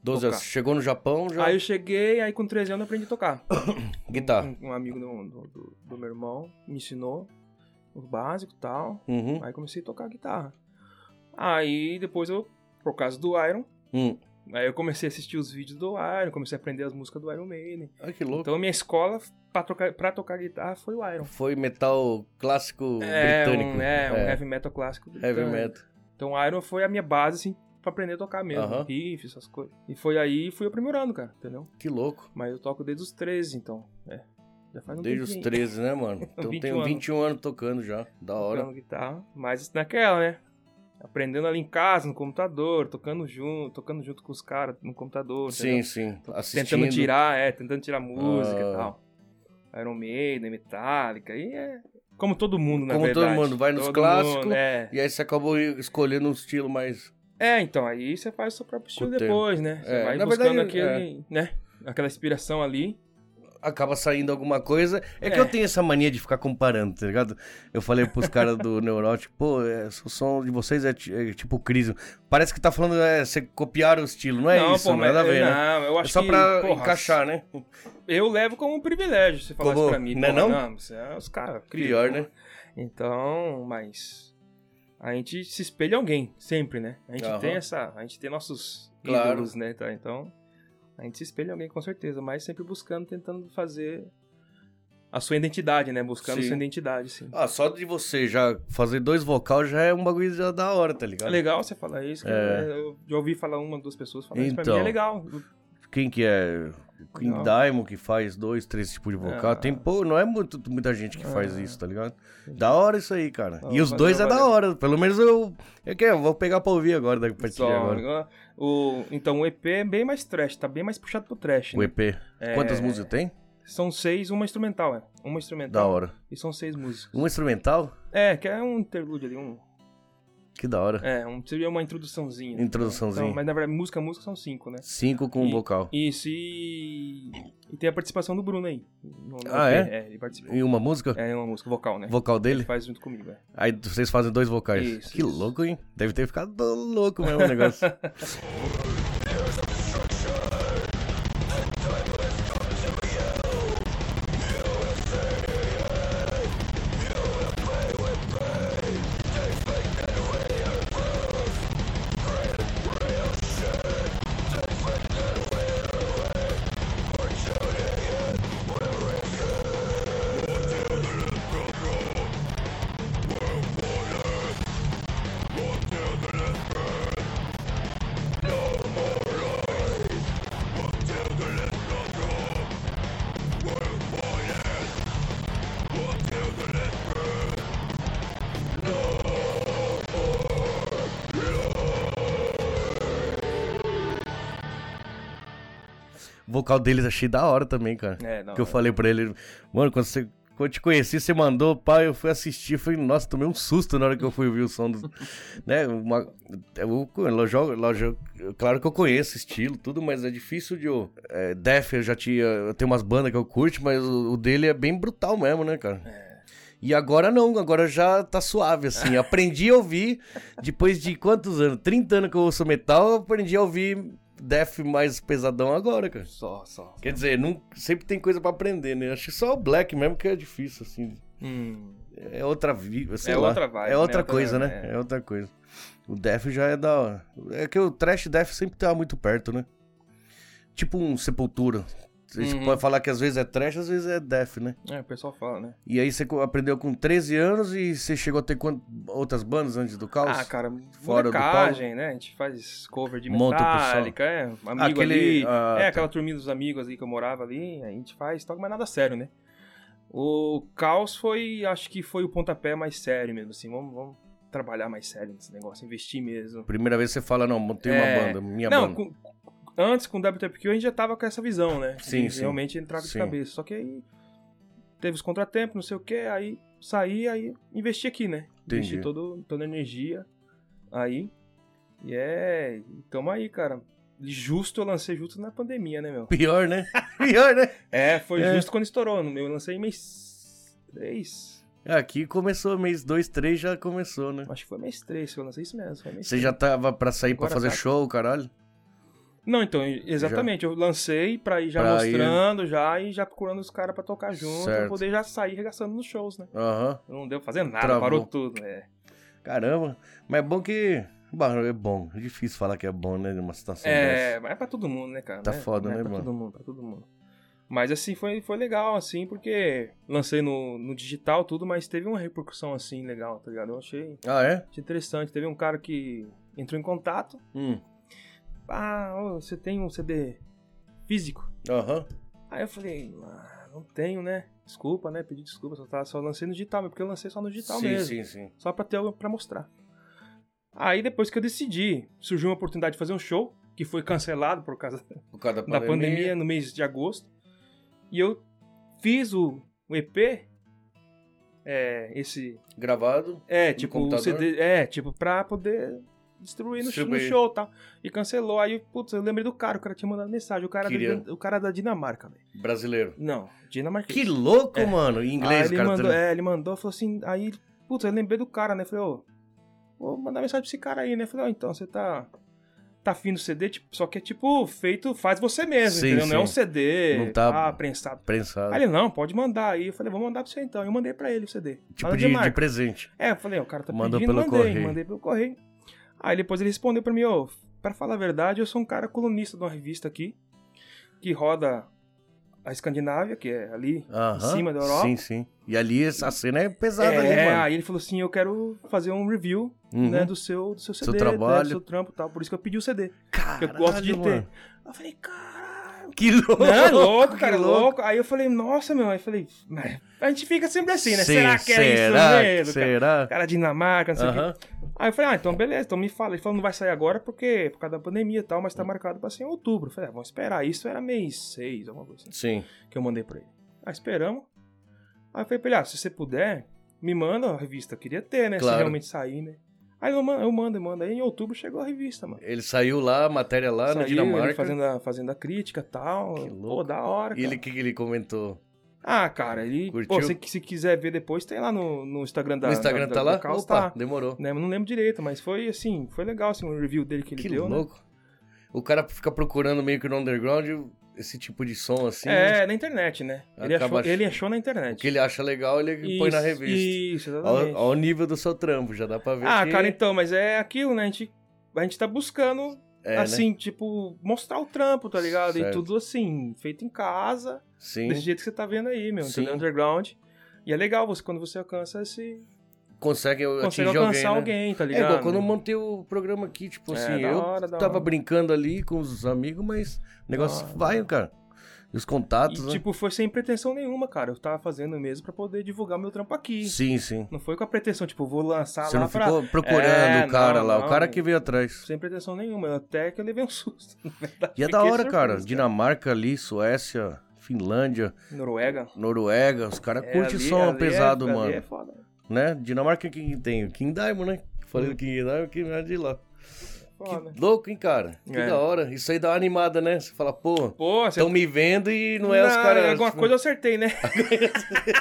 A: 12 anos.
B: tocar.
A: Chegou no Japão, já.
B: Aí eu cheguei, aí com 13 anos eu aprendi a tocar.
A: Tá. Guitarra.
B: Um, um amigo do, do- do- do meu irmão me ensinou o básico e tal.
A: Uhum.
B: Aí comecei a tocar guitarra. Aí depois eu, por causa do Iron,
A: Hum.
B: aí eu comecei a assistir os vídeos do Iron, comecei a aprender as músicas do Iron Maiden.
A: Ai, que louco.
B: Então a minha escola pra tocar, pra tocar guitarra foi o Iron.
A: Então, Foi metal clássico
B: É,
A: britânico.
B: um, é, um heavy metal clássico.
A: Heavy
B: britânico.
A: metal.
B: Então o Iron foi a minha base, assim, pra aprender a tocar mesmo.
A: Aham.
B: Riff, essas coisas. E foi aí e fui aprimorando, cara, entendeu?
A: Que louco.
B: Mas eu toco desde os 13, então. É. Já faz um
A: Desde os
B: tempinho
A: 13, né,
B: (laughs)
A: mano? Então eu
B: 21
A: tenho
B: anos.
A: 21 anos tocando já. Da hora.
B: Tocando guitarra. Mas naquela, né? Aprendendo ali em casa, no computador, tocando junto, tocando junto com os caras no computador.
A: Sim,
B: entendeu?
A: sim.
B: Tentando
A: Assistindo.
B: tirar, é, tentando tirar música
A: Ah.
B: e tal. Iron Maiden, Metallica, e é. Como todo mundo, na
A: Como todo
B: verdade.
A: mundo, vai nos
B: Todo
A: clássicos,
B: mundo, é.
A: E aí você acabou escolhendo um estilo mais.
B: É, então, aí você faz o seu próprio estilo
A: Com o tempo.
B: depois, né? Você
A: É,
B: vai
A: na
B: buscando
A: verdade, é.
B: aquele, né? Aquela inspiração ali.
A: acaba saindo alguma coisa. É, que
B: É.
A: eu tenho essa mania de ficar comparando, tá ligado? Eu falei pros caras do (laughs) Neurótico, pô, é, o som de vocês é, ti- é tipo crise. Parece que tá falando, é, você copiar o estilo, não é isso, não
B: mas-
A: nada a ver, né?
B: não, eu
A: É
B: acho
A: só
B: que,
A: pra
B: porra,
A: encaixar, né?
B: Eu levo como um privilégio você falar
A: Como-
B: isso pra mim.
A: né,
B: pô,
A: não?
B: não, você é os caras. incrível,
A: Pior,
B: pô.
A: né?
B: Então, mas... A gente se espelha em alguém, sempre, né? A gente
A: Aham.
B: tem essa... A gente tem nossos
A: Claro.
B: ídolos, né? Tá? Então, a gente se espelha em alguém, com certeza. Mas sempre buscando, tentando fazer a sua identidade, né? Buscando
A: Sim.
B: sua identidade, sim.
A: Ah, só de você já fazer dois vocais já é um bagulho já da hora, tá ligado?
B: É legal você falar isso. que
A: É.
B: Eu já ouvi falar uma, duas pessoas falar isso pra
A: Então.
B: mim. É legal.
A: Quem que é? O King
B: Não.
A: Diamond que faz dois, três tipos de vocal.
B: Ah.
A: Tem pouco, não é muito, muita gente que faz
B: Ah.
A: isso, tá ligado? Da hora isso aí, cara.
B: Não,
A: e os
B: valeu,
A: dois é da
B: valeu.
A: hora. Pelo menos eu. Eu, quero, eu vou pegar pra ouvir agora, daqui pra
B: Só, um
A: tirar agora.
B: o, então o EP é bem mais trash, tá bem mais puxado pro trash.
A: O
B: né?
A: EP. Quantas músicas tem?
B: São seis, uma instrumental, é. Uma
A: Da
B: instrumental.
A: hora.
B: E são seis músicas.
A: Um instrumental?
B: É, que é um interlude ali, um.
A: Que da hora.
B: É, um, seria uma introduçãozinha.
A: Introduçãozinha.
B: Então, mas na verdade, música, música são cinco, né?
A: Cinco com um
B: E-
A: vocal.
B: Isso, e. E tem a participação do Bruno aí. no- no
A: Ah,
B: EP. É, ele participou.
A: E uma música?
B: É uma música vocal, né?
A: O vocal
B: Ele
A: dele?
B: faz junto comigo, é.
A: Aí vocês fazem dois vocais.
B: Isso,
A: que
B: isso.
A: louco, hein? Deve ter ficado louco mesmo o
B: (laughs)
A: negócio. O vocal deles achei da hora também, cara.
B: É, não.
A: que eu falei pra ele, mano, quando você. Quando eu te conheci, você mandou, pai, eu fui assistir, falei, nossa, tomei um susto na hora que eu fui ouvir o som do. (laughs) né? Uma, eu, eu jogo- eu jogo- claro que eu conheço estilo, tudo, mas é difícil de eu. É, Def, eu já tinha. Eu tenho umas bandas que eu curto, mas o, o dele é bem brutal mesmo, né, cara?
B: É.
A: E agora não, agora já tá suave, assim. Aprendi a ouvir, depois de quantos anos? 30 anos que eu ouço metal, eu aprendi a ouvir Def mais pesadão agora, cara.
B: Só, só.
A: Quer dizer, não, sempre tem coisa pra aprender, né? Acho que só o Black mesmo que é difícil, assim.
B: Hum.
A: É outra vida, sei
B: É
A: lá.
B: outra vibe,
A: É
B: né?
A: outra
B: Outra-
A: coisa, né? É.
B: é.
A: outra coisa. O Def já é da hora. É que o Trash Def sempre tá muito perto, né? Tipo um Sepultura. Você
B: Uhum.
A: pode falar que às vezes é Trash, às vezes é Def, né?
B: É, o pessoal fala, né?
A: E aí você co- aprendeu com 13 anos e você chegou a ter quant... outras bandas antes do Caos?
B: Ah, cara,
A: Fora do
B: molecagem, né? A gente faz cover de
A: Monta o pessoal.
B: Metallica, é, amigo
A: Aquele,
B: ali.
A: ah,
B: é,
A: tá.
B: aquela turminha dos amigos ali que eu morava ali, a gente faz, toca, mas nada sério, né? O Caos foi, acho que foi o pontapé mais sério mesmo, assim, vamos, vamos trabalhar mais sério nesse negócio, investir mesmo.
A: Primeira vez você fala, não, montei uma
B: É.
A: banda, minha
B: Não,
A: banda.
B: com- antes com o WTPQ a gente já tava com essa visão, né?
A: Sim,
B: de
A: sim.
B: Realmente entrar de
A: Sim.
B: cabeça, só que aí teve os contratempos, não sei o que, aí saí, aí investi aqui, né? Investi
A: Entendi.
B: todo, toda a energia aí. E é. Tamo aí, cara. Justo eu lancei justo na pandemia, né, meu?
A: Pior, né? (laughs) Pior, né?
B: É, foi
A: É.
B: justo quando estourou. No meu eu lancei em mês 3.
A: Aqui começou mês 2, 3 já começou, né?
B: Acho que foi mês 3 que eu lancei isso mesmo. Foi mês
A: Você já tava pra sair pra
B: Agora
A: fazer
B: tá.
A: show, caralho?
B: Não, então, exatamente. Eu lancei pra ir já
A: Pra ir-
B: mostrando, já, e já procurando os caras pra tocar junto,
A: Certo.
B: pra poder já sair regaçando nos shows, né?
A: Aham.
B: Não deu pra fazer nada,
A: Travou.
B: parou tudo, né?
A: Caramba. Mas é bom que. Bah, é bom. É difícil falar que é bom, né? Numa situação
B: É,
A: dessa.
B: mas é pra todo mundo, né, cara?
A: Tá
B: Né?
A: foda,
B: Né?
A: né,
B: pra
A: mano?
B: todo mundo, pra todo mundo. Mas assim, foi, foi legal, assim, porque lancei no, no digital tudo, mas teve uma repercussão, assim, legal, tá ligado? Eu achei,
A: Ah, é?
B: achei interessante. Teve um cara que entrou em contato.
A: Hum.
B: Ah, ô, você tem um CD físico?
A: Aham.
B: Aí eu falei, ah, não tenho, né? Desculpa, né? Pedi desculpa, só, tá, só lancei no digital, mas porque eu lancei só no digital
A: sim,
B: mesmo.
A: sim, sim.
B: Só pra ter algo pra mostrar. Aí depois que eu decidi, surgiu uma oportunidade de fazer um show, que foi cancelado por causa (laughs)
A: Por causa da
B: da
A: pandemia.
B: pandemia no mês de agosto. E eu fiz o, o EP. É, esse.
A: Gravado.
B: É,
A: No
B: tipo, o
A: computador?
B: CD. É, tipo, pra poder distribuir no, sh- no
A: Distribuir.
B: show e tal. E cancelou. Aí, putz, eu lembrei do cara, o cara tinha mandado mensagem. O cara,
A: Queria.
B: da, o cara da Dinamarca, velho.
A: Brasileiro.
B: Não, dinamarquês.
A: Que louco,
B: É.
A: mano. Em inglês,
B: aí ele
A: cara.
B: mandou,
A: tá-
B: É, ele mandou, falou assim, aí, puta, eu lembrei do cara, né? Falei, ô, vou mandar mensagem pra esse cara aí, né? Falei, ó, então, você tá. Tá afim do CD, tipo, só que é tipo, feito, faz você mesmo,
A: Sim,
B: entendeu? Não é
A: sim.
B: um CD,
A: Não tá-
B: ah, prensado.
A: Prensado.
B: Aí ele, não, pode mandar aí. Eu falei, vou mandar pra você então. Eu mandei pra ele o CD. Lá
A: tipo
B: na
A: de, de
B: Dinamarca.
A: presente.
B: É, eu falei, ó, o cara tá
A: Mandou
B: pedindo,
A: pelo
B: mandei,
A: correio.
B: mandei pelo correio. Aí depois ele respondeu pra mim, ô, pra falar a verdade, eu sou um cara colunista de uma revista aqui, que roda a Escandinávia, que é ali
A: Aham,
B: em cima da Europa.
A: Sim, sim. E ali a cena é pesada
B: é,
A: ali, mano.
B: aí ele falou assim, eu quero fazer um review,
A: Uhum.
B: né, do seu, do seu CD,
A: Seu
B: né,
A: trabalho.
B: do seu trampo e tal, por isso que eu pedi o CD, que
A: Caralho,
B: eu gosto de ter.
A: mano.
B: Aí Eu falei, caralho,
A: Que louco!
B: não, é louco,
A: que
B: cara, é louco. Aí eu falei, nossa, meu, aí eu falei, mas a gente fica sempre assim, né,
A: Sim,
B: será que é
A: será,
B: isso mesmo, cara?
A: Será?
B: Cara, Dinamarca, não sei o quê.
A: Aham.
B: Aí eu falei, ah, então beleza, então me fala. Ele falou, não vai sair agora porque por causa da pandemia e tal, mas
A: Uhum.
B: tá marcado pra ser em outubro. Eu falei, ah, vamos esperar. Isso era mês 6, alguma coisa assim,
A: Sim.
B: que eu mandei pra ele. Aí esperamos. Aí eu falei pra ele, ah, se você puder, me manda a revista. Eu queria ter, né?
A: Claro.
B: Se realmente sair, né? Aí eu mando, eu mando, eu mando. Aí em outubro chegou a revista, mano.
A: Ele saiu lá, a matéria lá na
B: Saiu,
A: Dinamarca.
B: ele Fazendo a, fazendo a crítica e tal.
A: Que louco.
B: Pô, da hora,
A: E
B: cara.
A: ele, o que que ele comentou?
B: Ah, cara, ele...
A: Curtiu?
B: Pô, se, se quiser ver depois, tem lá no, no Instagram da...
A: no Instagram
B: da,
A: tá
B: da-
A: lá?
B: da Caos,
A: Opa,
B: tá.
A: demorou.
B: Né, eu não lembro direito, mas foi assim, foi legal assim, o review dele que ele
A: que
B: deu, né?
A: louco. O cara fica procurando meio que no underground esse tipo de som assim.
B: É, na internet, né? Ele
A: Acaba
B: achou,
A: ach-
B: ele achou na internet.
A: O que ele acha legal, ele põe na
B: Isso,
A: revista.
B: Isso,
A: Olha
B: exatamente.
A: olha o nível do seu trampo, já dá pra ver.
B: ah,
A: que
B: cara, então, mas é aquilo, né? A gente, a gente tá buscando,
A: é, né?
B: assim, tipo, mostrar o trampo, tá ligado?
A: Certo.
B: E tudo assim, feito em casa,
A: Sim.
B: desse jeito que você tá vendo aí, meu,
A: Sim.
B: entendeu? Underground. E é legal você, quando você alcança esse.
A: Consegue,
B: Consegue
A: atingir
B: alcançar
A: alguém. né?
B: alguém, tá
A: É
B: ligado?
A: igual quando eu montei o programa aqui, tipo
B: É,
A: assim,
B: da
A: eu
B: hora, da
A: tava
B: hora.
A: brincando ali com os amigos, mas o negócio
B: Da hora.
A: vai, cara. E os contatos,
B: E,
A: né?
B: tipo, foi sem pretensão nenhuma, cara. Eu tava fazendo mesmo pra poder divulgar meu trampo aqui.
A: Sim, sim.
B: Não foi com a pretensão, tipo, vou lançar
A: Você
B: lá
A: não
B: pra.
A: ficou procurando
B: É,
A: o cara
B: não,
A: lá, o
B: não.
A: cara que veio atrás.
B: Sem pretensão nenhuma, até que eu levei um (laughs) susto. na verdade.
A: E é da
B: Fiquei
A: hora, cara.
B: surpreso,
A: Dinamarca ali, Suécia, Finlândia,
B: Noruega.
A: Noruega, os caras curtem
B: ali-
A: som
B: ali é-
A: um pesado,
B: ali
A: mano.
B: é foda.
A: Né? Dinamarca quem tem? O King Diamond, né? Falei do King Diamond, que é de lá.
B: Foda.
A: Que louco, hein, cara? Que
B: É.
A: da hora. Isso aí dá uma animada, né? Você fala, pô,
B: Pô, você
A: estão me vendo e Então, não é os caras.
B: Alguma coisa eu acertei, né?
A: (laughs)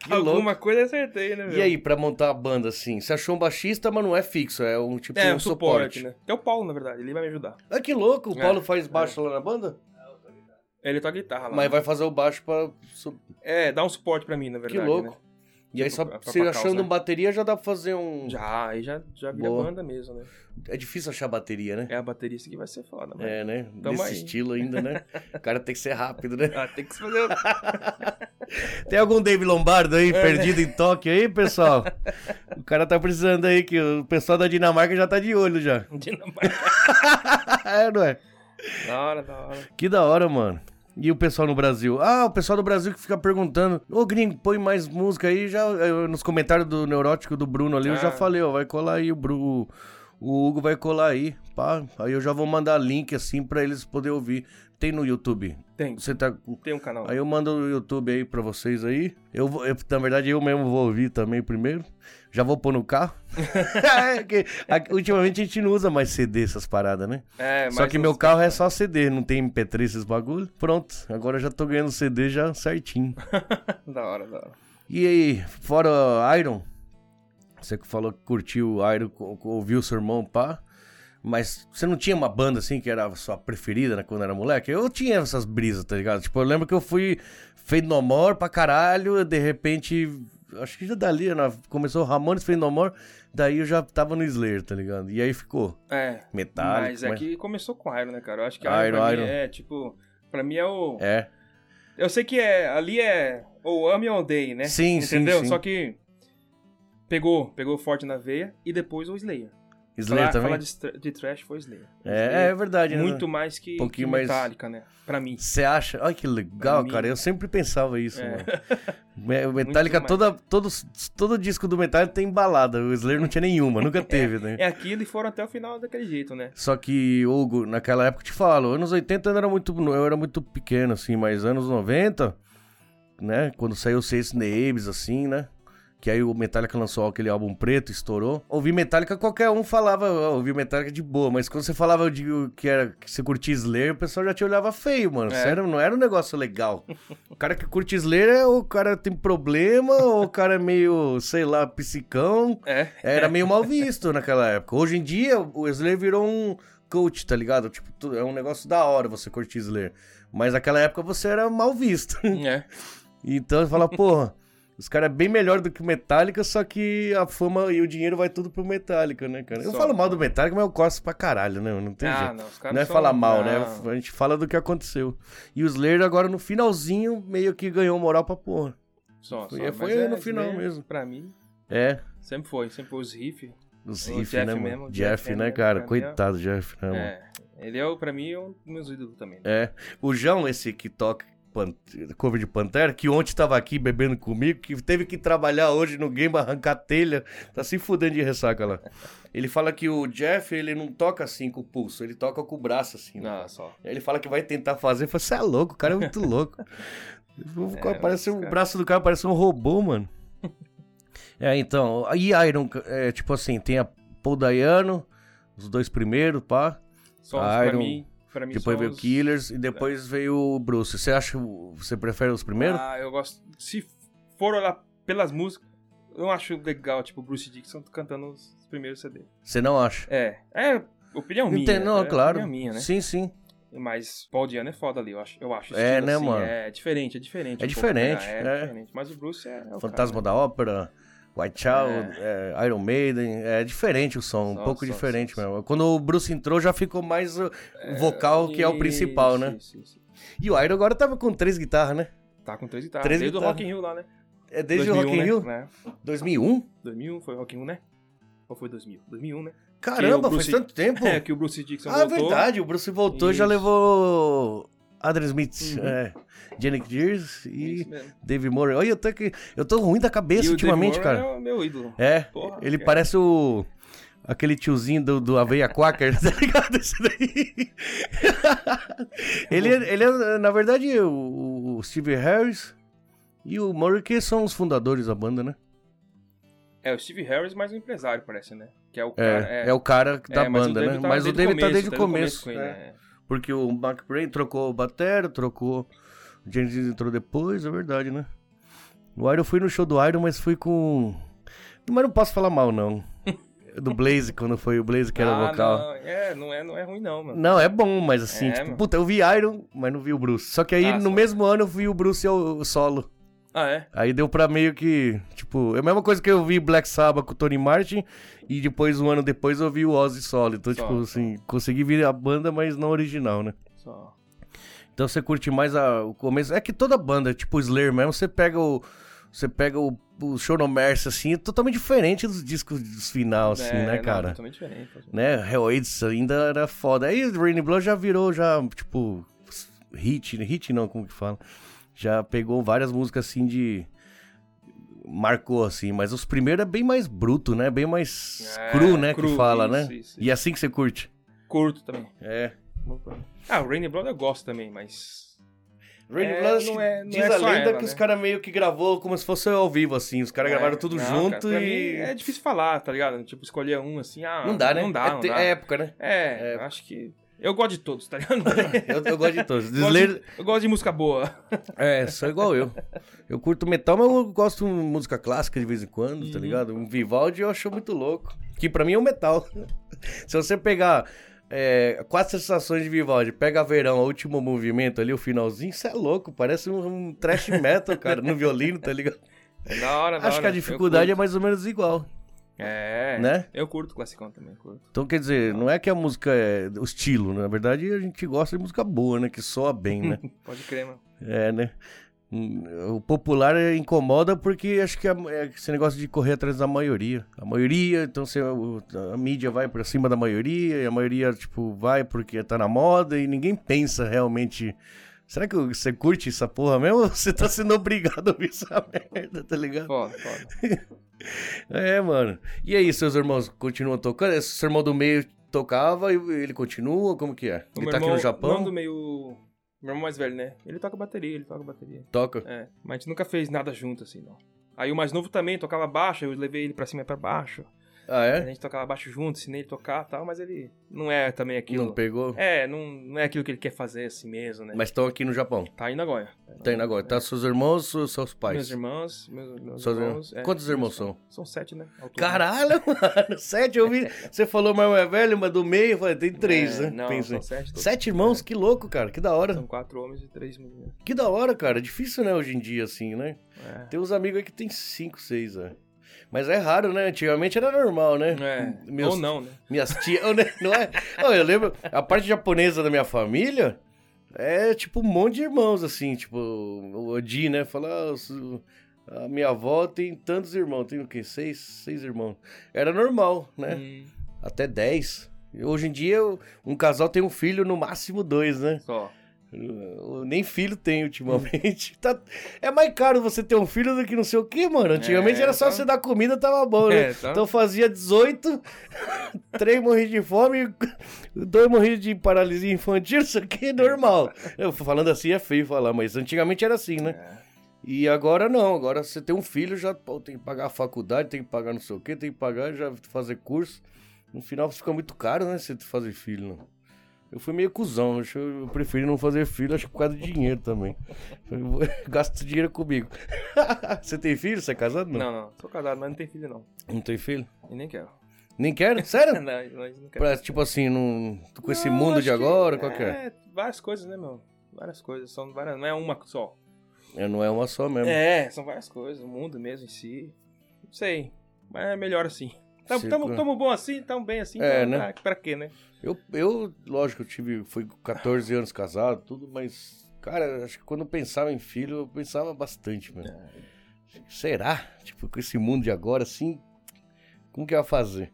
A: Que louco.
B: alguma coisa eu acertei, né, meu?
A: E aí, pra montar a banda, assim, você achou um baixista, mas não é fixo, é um tipo
B: É,
A: um
B: o suporte, né? Que é o Paulo, na verdade, ele vai me ajudar.
A: Ah, que louco, o
B: É,
A: Paulo faz baixo lá na banda?
B: Ele toca guitarra lá.
A: Mas vai fazer o baixo pra. su-
B: É, dá um suporte pra mim, na
A: que
B: verdade.
A: louco.
B: né?
A: E aí, só
B: pra- pra
A: você
B: calça,
A: achando
B: né?
A: bateria já dá pra fazer um.
B: Já, aí já, já vira
A: Boa.
B: banda mesmo, né?
A: É difícil achar bateria, né?
B: É a baterista que vai ser foda, mano.
A: É, né?
B: Tamo
A: Desse
B: aí.
A: estilo ainda,
B: (laughs)
A: né? o cara tem que ser rápido, né?
B: Ah, tem que se fazer.
A: Tem algum Dave Lombardo aí,
B: né?
A: perdido em Tóquio aí, pessoal? o cara tá precisando aí, que o pessoal da Dinamarca já tá de olho já. (laughs)
B: (laughs) Dinamarca.
A: é, não é?
B: da hora, da hora.
A: Que da hora, mano. E o pessoal no Brasil? Ah, o pessoal do Brasil que fica perguntando. Ô, gringo, põe mais música aí. Já, eu, nos comentários do neurótico do Bruno ali, eu já
B: Ah.
A: falei, ó, vai colar aí o Bruno. O Hugo vai colar aí, pá. Aí eu já vou mandar link assim pra eles poderem ouvir. Tem no YouTube.
B: Tem,
A: Você tá.
B: tem um canal.
A: Aí eu mando o YouTube aí pra vocês aí. Eu, vou- eu na verdade eu mesmo vou ouvir também primeiro. Já vou pôr no carro. (laughs) É, que a- ultimamente a gente não usa mais CD essas paradas, né?
B: É,
A: Só
B: mas
A: que
B: os-
A: meu carro é só CD, não tem MP3 esses bagulho. Pronto, agora eu já tô ganhando CD já certinho.
B: (laughs) Da hora, da hora.
A: E aí, fora Iron, você que falou que curtiu o Iron, co- co- ouviu seu irmão, pá. Mas você não tinha uma banda assim que era a sua preferida né, quando era moleque? Eu tinha essas brisas, tá ligado? Tipo, eu lembro que eu fui Fade No More pra caralho, de repente, acho que já dali, né, começou Ramones, Fade No More, daí eu já tava no Slayer, tá ligado? E aí ficou
B: É.
A: metálico.
B: mas é que começou com Iron, né, cara? Eu acho que
A: Iron,
B: Iron, pra
A: Iron.
B: mim é, tipo... Pra mim é o...
A: É,
B: Eu sei que é, ali é ou ame ou odeie, né?
A: Sim, sim,
B: Entendeu?
A: sim.
B: Só que pegou, pegou forte na veia e depois o Slayer.
A: Slayer
B: falar,
A: também.
B: falar de, stra- de trash foi Slayer.
A: É, é verdade, né?
B: Muito mais que,
A: pouquinho
B: que
A: mais-
B: Metallica, né? Pra mim.
A: Você acha? Olha que legal,
B: Pra mim-
A: cara. Eu sempre pensava isso,
B: É. (laughs)
A: mano. Me- O Metallica,
B: mais.
A: toda, todo, todo disco do Metallica tem balada. O Slayer não tinha nenhuma, nunca teve, né?
B: (laughs) É aquilo e foram até o final daquele jeito, né?
A: Só que, Hugo, naquela época, eu te falo, anos 80 eu era muito, eu era muito pequeno, assim, mas anos 90, né? Quando saiu o Seis Names, assim, né? Que aí o Metallica lançou aquele álbum preto, estourou. Ouvir Metallica, qualquer um falava, "Ó, ouvi Metallica de boa, mas quando você falava de, que era que você curtia Slayer, o pessoal já te olhava feio, mano.
B: É.
A: Sério, não era um negócio legal. O cara que curte Slayer é o cara tem problema, ou o cara é meio, sei lá, psicão. (laughs)
B: É.
A: Era meio mal visto naquela época. Hoje em dia, o Slayer virou um coach, tá ligado? Tipo, tu- é um negócio da hora você curtir Slayer. Mas naquela época você era mal visto. (laughs)
B: É.
A: Então você fala, porra, Os caras é bem melhor do que o Metallica, só que a fama e o dinheiro vai tudo pro Metallica, né, cara? Eu
B: Só.
A: falo mal do Metallica, mas eu gosto pra caralho, né? Não tem jeito.
B: Ah, não, os caras
A: Não é
B: são-
A: falar mal,
B: não.
A: né? A gente fala do que aconteceu. E o Slayer agora no finalzinho meio que ganhou moral pra porra.
B: Só,
A: Foi-
B: só.
A: foi
B: Mas é,
A: no final
B: Slayer,
A: mesmo.
B: Pra mim,
A: É,
B: sempre foi. Sempre foi os riff.
A: os
B: O
A: riff,
B: Jeff
A: né,
B: mesmo,
A: mano?
B: o
A: Jeff,
B: Jeff,
A: né,
B: né,
A: cara?
B: pra mim, ó.
A: Coitado do Jeff, né, mano?
B: É. Ele é, o- pra mim, é um dos meus ídolos também. né?
A: É. O João, esse que toca pan- cover de Pantera, que ontem tava aqui bebendo comigo, que teve que trabalhar hoje no game, arrancar telha, tá se fudendo de ressaca lá. Ele fala que o Jeff, ele não toca assim com o pulso, ele toca com o braço assim. né?
B: Não, Ah, só.
A: Aí Ele fala que vai tentar fazer, fala, você é louco, o cara é muito louco. O cara
B: É,
A: parece
B: mas,
A: o
B: cara.
A: braço do cara parece um robô,
B: (laughs)
A: mano. é, então, e Iron, é, tipo assim, tem a Paul Dayano, os dois primeiros, pá.
B: Só os pra
A: Iron,
B: mim. Pra mim
A: Depois
B: só
A: veio o
B: os-
A: Killers e depois veio o Bruce. Você acha, o- você prefere os primeiros?
B: Ah, eu gosto. Se for olhar pelas músicas, eu acho legal, tipo, Bruce Dixon cantando os primeiros CD.
A: Você não acha?
B: É, é opinião minha.
A: Entendo, não,
B: é
A: claro.
B: Opinião minha, né?
A: Sim, sim.
B: Mas Paul Diano é foda ali, eu acho. Eu acho o
A: É,
B: estilo,
A: né,
B: assim,
A: mano?
B: É diferente, é diferente.
A: É
B: um pouco, né?
A: diferente,
B: é,
A: é.
B: diferente. Mas o Bruce é. é o
A: Fantasma
B: cara,
A: da Ópera, Whitechild, é, Iron Maiden, é diferente o som, um
B: Só,
A: pouco
B: só,
A: diferente
B: só, só.
A: mesmo. Quando o Bruce entrou já ficou mais o
B: né?
A: vocal que é o
B: Isso,
A: principal, né?
B: isso, isso.
A: E o Iron agora tava com três guitarras, né?
B: Tá com três guitarras.
A: Três
B: Desde o
A: guitarras.
B: Rock in Rio lá, né?
A: É desde o Rock
B: 2001,
A: in
B: né?
A: Rio?
B: Né?
A: 2001?
B: 2001 foi o Rock in Rio, né? Ou foi 2000? 2001, né?
A: Caramba,
B: Bruce-
A: faz tanto tempo.
B: (laughs) É, que o Bruce Dixon
A: ah,
B: voltou.
A: verdade, o Bruce voltou e já
B: Isso.
A: levou Adrian Smith,
B: Uhum.
A: é, Janet Dears
B: É Isso
A: e
B: mesmo.
A: Dave Murray. Olha, eu tô, que, eu tô ruim da cabeça
B: E o
A: ultimamente,
B: Dave
A: cara.
B: Moore É o meu ídolo.
A: É,
B: Porra,
A: ele
B: cara.
A: parece o... Aquele tiozinho do, do Aveia Quaker, (laughs) tá ligado? Esse daí. (laughs) ele, é- ele é, na verdade, o, o Steve Harris e o Murray, que são os fundadores da banda, né?
B: É o Steve Harris mais um empresário, parece, né? Que é o
A: É,
B: cara.
A: é, o cara
B: é,
A: da
B: mas
A: banda,
B: David
A: né?
B: tá
A: mas o David tá desde o começo.
B: com ele,
A: é.
B: né?
A: Porque o Mark Brain trocou o batera, trocou. O James Dean entrou depois, é verdade, né? O Iron eu fui no show do Iron, mas fui com. Mas não posso falar mal,
B: (laughs)
A: não. Do Blaze, quando foi o Blaze que era
B: Ah,
A: vocal.
B: Não, é, não é, não é ruim, não, mano.
A: Não, é bom, mas assim,
B: É,
A: tipo,
B: mano.
A: puta, eu vi Iron, mas não vi o Bruce. Só que aí,
B: Ah,
A: no
B: só.
A: mesmo ano, eu vi o Bruce e o o solo.
B: Ah, é?
A: Aí deu pra meio que, tipo, é a mesma coisa que eu vi Black Sabbath com o Tony Martin e depois, um ano depois, eu vi o Ozzy solo. Então,
B: Só,
A: tipo,
B: só.
A: assim, consegui vir a banda, mas não original, né?
B: Só.
A: Então você curte mais a- o começo. É que toda banda, tipo Slayer mesmo, você pega o. Você pega o, o Show No Mercy, assim, é totalmente diferente dos discos dos final, assim,
B: É,
A: né,
B: não,
A: cara?
B: Totalmente diferente.
A: Né? Hellaids ainda era foda. Aí o Rainy Blood já virou, já, tipo, hit, hit não, como que fala? Já pegou várias músicas assim de. Marcou, assim, mas os primeiros é bem mais bruto, né? Bem mais
B: É,
A: cru, né? que
B: cru,
A: fala,
B: isso,
A: né?
B: isso,
A: E é assim que você curte.
B: Curto também.
A: É.
B: Ah, o Rainy Blood eu gosto também, mas.
A: Rainy
B: É,
A: Blood
B: não é- não
A: diz
B: é
A: a
B: só
A: lenda
B: ela,
A: que os
B: né?
A: caras meio que gravou como se fosse ao vivo, assim. Os caras
B: É,
A: gravaram tudo
B: não, cara,
A: junto
B: pra
A: e.
B: mim é difícil falar, tá ligado? Tipo, escolher um assim, ah.
A: Não dá, né?
B: Não
A: é,
B: dá, não
A: te-
B: dá.
A: é
B: É,
A: época, né? É.
B: eu acho que. Eu gosto de todos, tá
A: (laughs)
B: ligado?
A: Eu, eu gosto de todos.
B: (laughs) Eu gosto
A: Slayer-
B: de- eu gosto de
A: (laughs)
B: música boa.
A: É, sou igual eu. Eu curto metal, mas eu gosto de música clássica de vez em quando,
B: Uhum.
A: tá ligado? Um Vivaldi eu acho muito louco. Que pra mim é um metal. (laughs) Se você pegar é, quatro sensações de Vivaldi, pega verão, o último movimento ali, o finalzinho, isso é louco. Parece um, um thrash metal, cara, no violino, tá
B: (laughs)
A: ligado?
B: É da hora, da
A: Acho que
B: hora.
A: a
B: Eu
A: dificuldade é
B: curto.
A: mais ou menos igual.
B: É,
A: né?
B: Eu curto classicão também, curto.
A: Então, quer dizer, não é que a música é o estilo, né? na verdade a gente gosta de música boa, né? Que soa bem, né?
B: Pode crer, mano.
A: É, né? Hum, O popular é- incomoda porque acho que a- é esse negócio de correr atrás da maioria. A maioria, então você, o- a mídia vai pra cima da maioria, e a maioria, tipo, vai porque tá na moda e ninguém pensa realmente. Será que você curte essa porra mesmo? (laughs) Ou Você tá sendo obrigado a ouvir essa (laughs) merda, tá ligado?
B: Foda, foda.
A: É, mano. E aí, seus irmãos continuam tocando? Esse seu irmão do meio tocava e ele continua? Como que é?
B: O
A: Ele
B: meu
A: tá aqui
B: irmão-
A: no
B: o
A: Japão?
B: irmão do meio. Meu irmão mais velho, né? Ele toca bateria, ele toca bateria.
A: Toca.
B: É, mas a gente nunca fez nada junto, assim, não. Aí o mais novo também tocava baixo, eu levei ele pra cima e pra baixo.
A: Ah,
B: A
A: é?
B: gente tocava baixo junto, ensinei ele a tocar e tal, mas ele não é também aquilo.
A: Não pegou?
B: É, não, não é aquilo que ele quer fazer assim mesmo, né?
A: Mas estão aqui no Japão.
B: Tá indo agora.
A: Tá indo agora. Tá seus irmãos, seus, seus pais?
B: Meus irmãos, meus, meus
A: Seus
B: irmãos.
A: irmãos. Quantos irmãos são?
B: São sete, né? ao todo.
A: Caralho, (laughs) mano. Sete, eu vi. Você falou mais uma velha, mas do meio, eu falei, tem três, né?
B: É, Não,
A: Pensei.
B: são sete. todos.
A: Sete irmãos, que louco, cara. Que da hora.
B: é. São quatro homens e três meninas.
A: Que da hora, cara. Difícil, né, hoje em dia, assim, né?
B: É.
A: Tem uns amigos aí que tem cinco, seis, né? Mas é raro, né? Antigamente era normal, né?
B: É,
A: Meus-
B: Ou não, né?
A: Minhas (laughs) tias. Não é- não é? Não, eu lembro. A parte japonesa da minha família é tipo um monte de irmãos, assim. Tipo, o Odi, né? Fala. "Ah, su- a minha avó tem tantos irmãos. Tem o quê? Seis, seis irmãos. Era normal, né?
B: Hum,
A: Até dez. Hoje em dia, um casal tem um filho, no máximo dois, né?
B: só.
A: Eu Nem filho tem ultimamente. (laughs) Tá- É mais caro você ter um filho do que não sei o que, mano. Antigamente
B: É,
A: era só
B: tá.
A: você dar comida, tava bom, né?
B: É, tá.
A: Então fazia 18, (laughs) três morriam de fome, dois morriam de paralisia infantil, isso aqui é normal. Eu falando assim é feio falar, mas antigamente era assim, né?
B: É.
A: E agora não, agora você tem um filho, já pô, tem que pagar a faculdade, tem que pagar não sei o que, tem que pagar, já fazer curso. No final fica muito caro, né, você fazer filho, né? Eu fui meio cuzão, acho que eu preferi não fazer filho, acho que por causa do dinheiro também. Falei, "Vou- (laughs) Gasta dinheiro comigo. (laughs) você tem filho? Você é casado? Não.
B: Não, não. Sou casado, mas não tem filho, não.
A: Não tem filho?
B: E nem quero.
A: Nem quero? Sério?
B: (laughs) Não, nós não quero.
A: Pra, tipo assim, num, com esse
B: Não,
A: mundo
B: acho
A: de
B: que-
A: agora, qual que é?
B: É, várias coisas, né, meu? Várias coisas. São várias, não é uma só.
A: É, Não é uma só mesmo.
B: É, são várias coisas. O mundo mesmo em si. Não sei. Mas é melhor assim. Tamo,
A: Sim,
B: tamo,
A: claro.
B: tamo bom assim, tamo bem assim.
A: É,
B: então,
A: né?
B: Pra, pra quê, né?
A: Eu, eu, lógico, eu tive, fui com 14 anos casado, tudo, mas, cara, acho que quando eu pensava em filho, eu pensava bastante, mano.
B: É.
A: Será? Tipo, com esse mundo de agora, assim, como que eu ia fazer?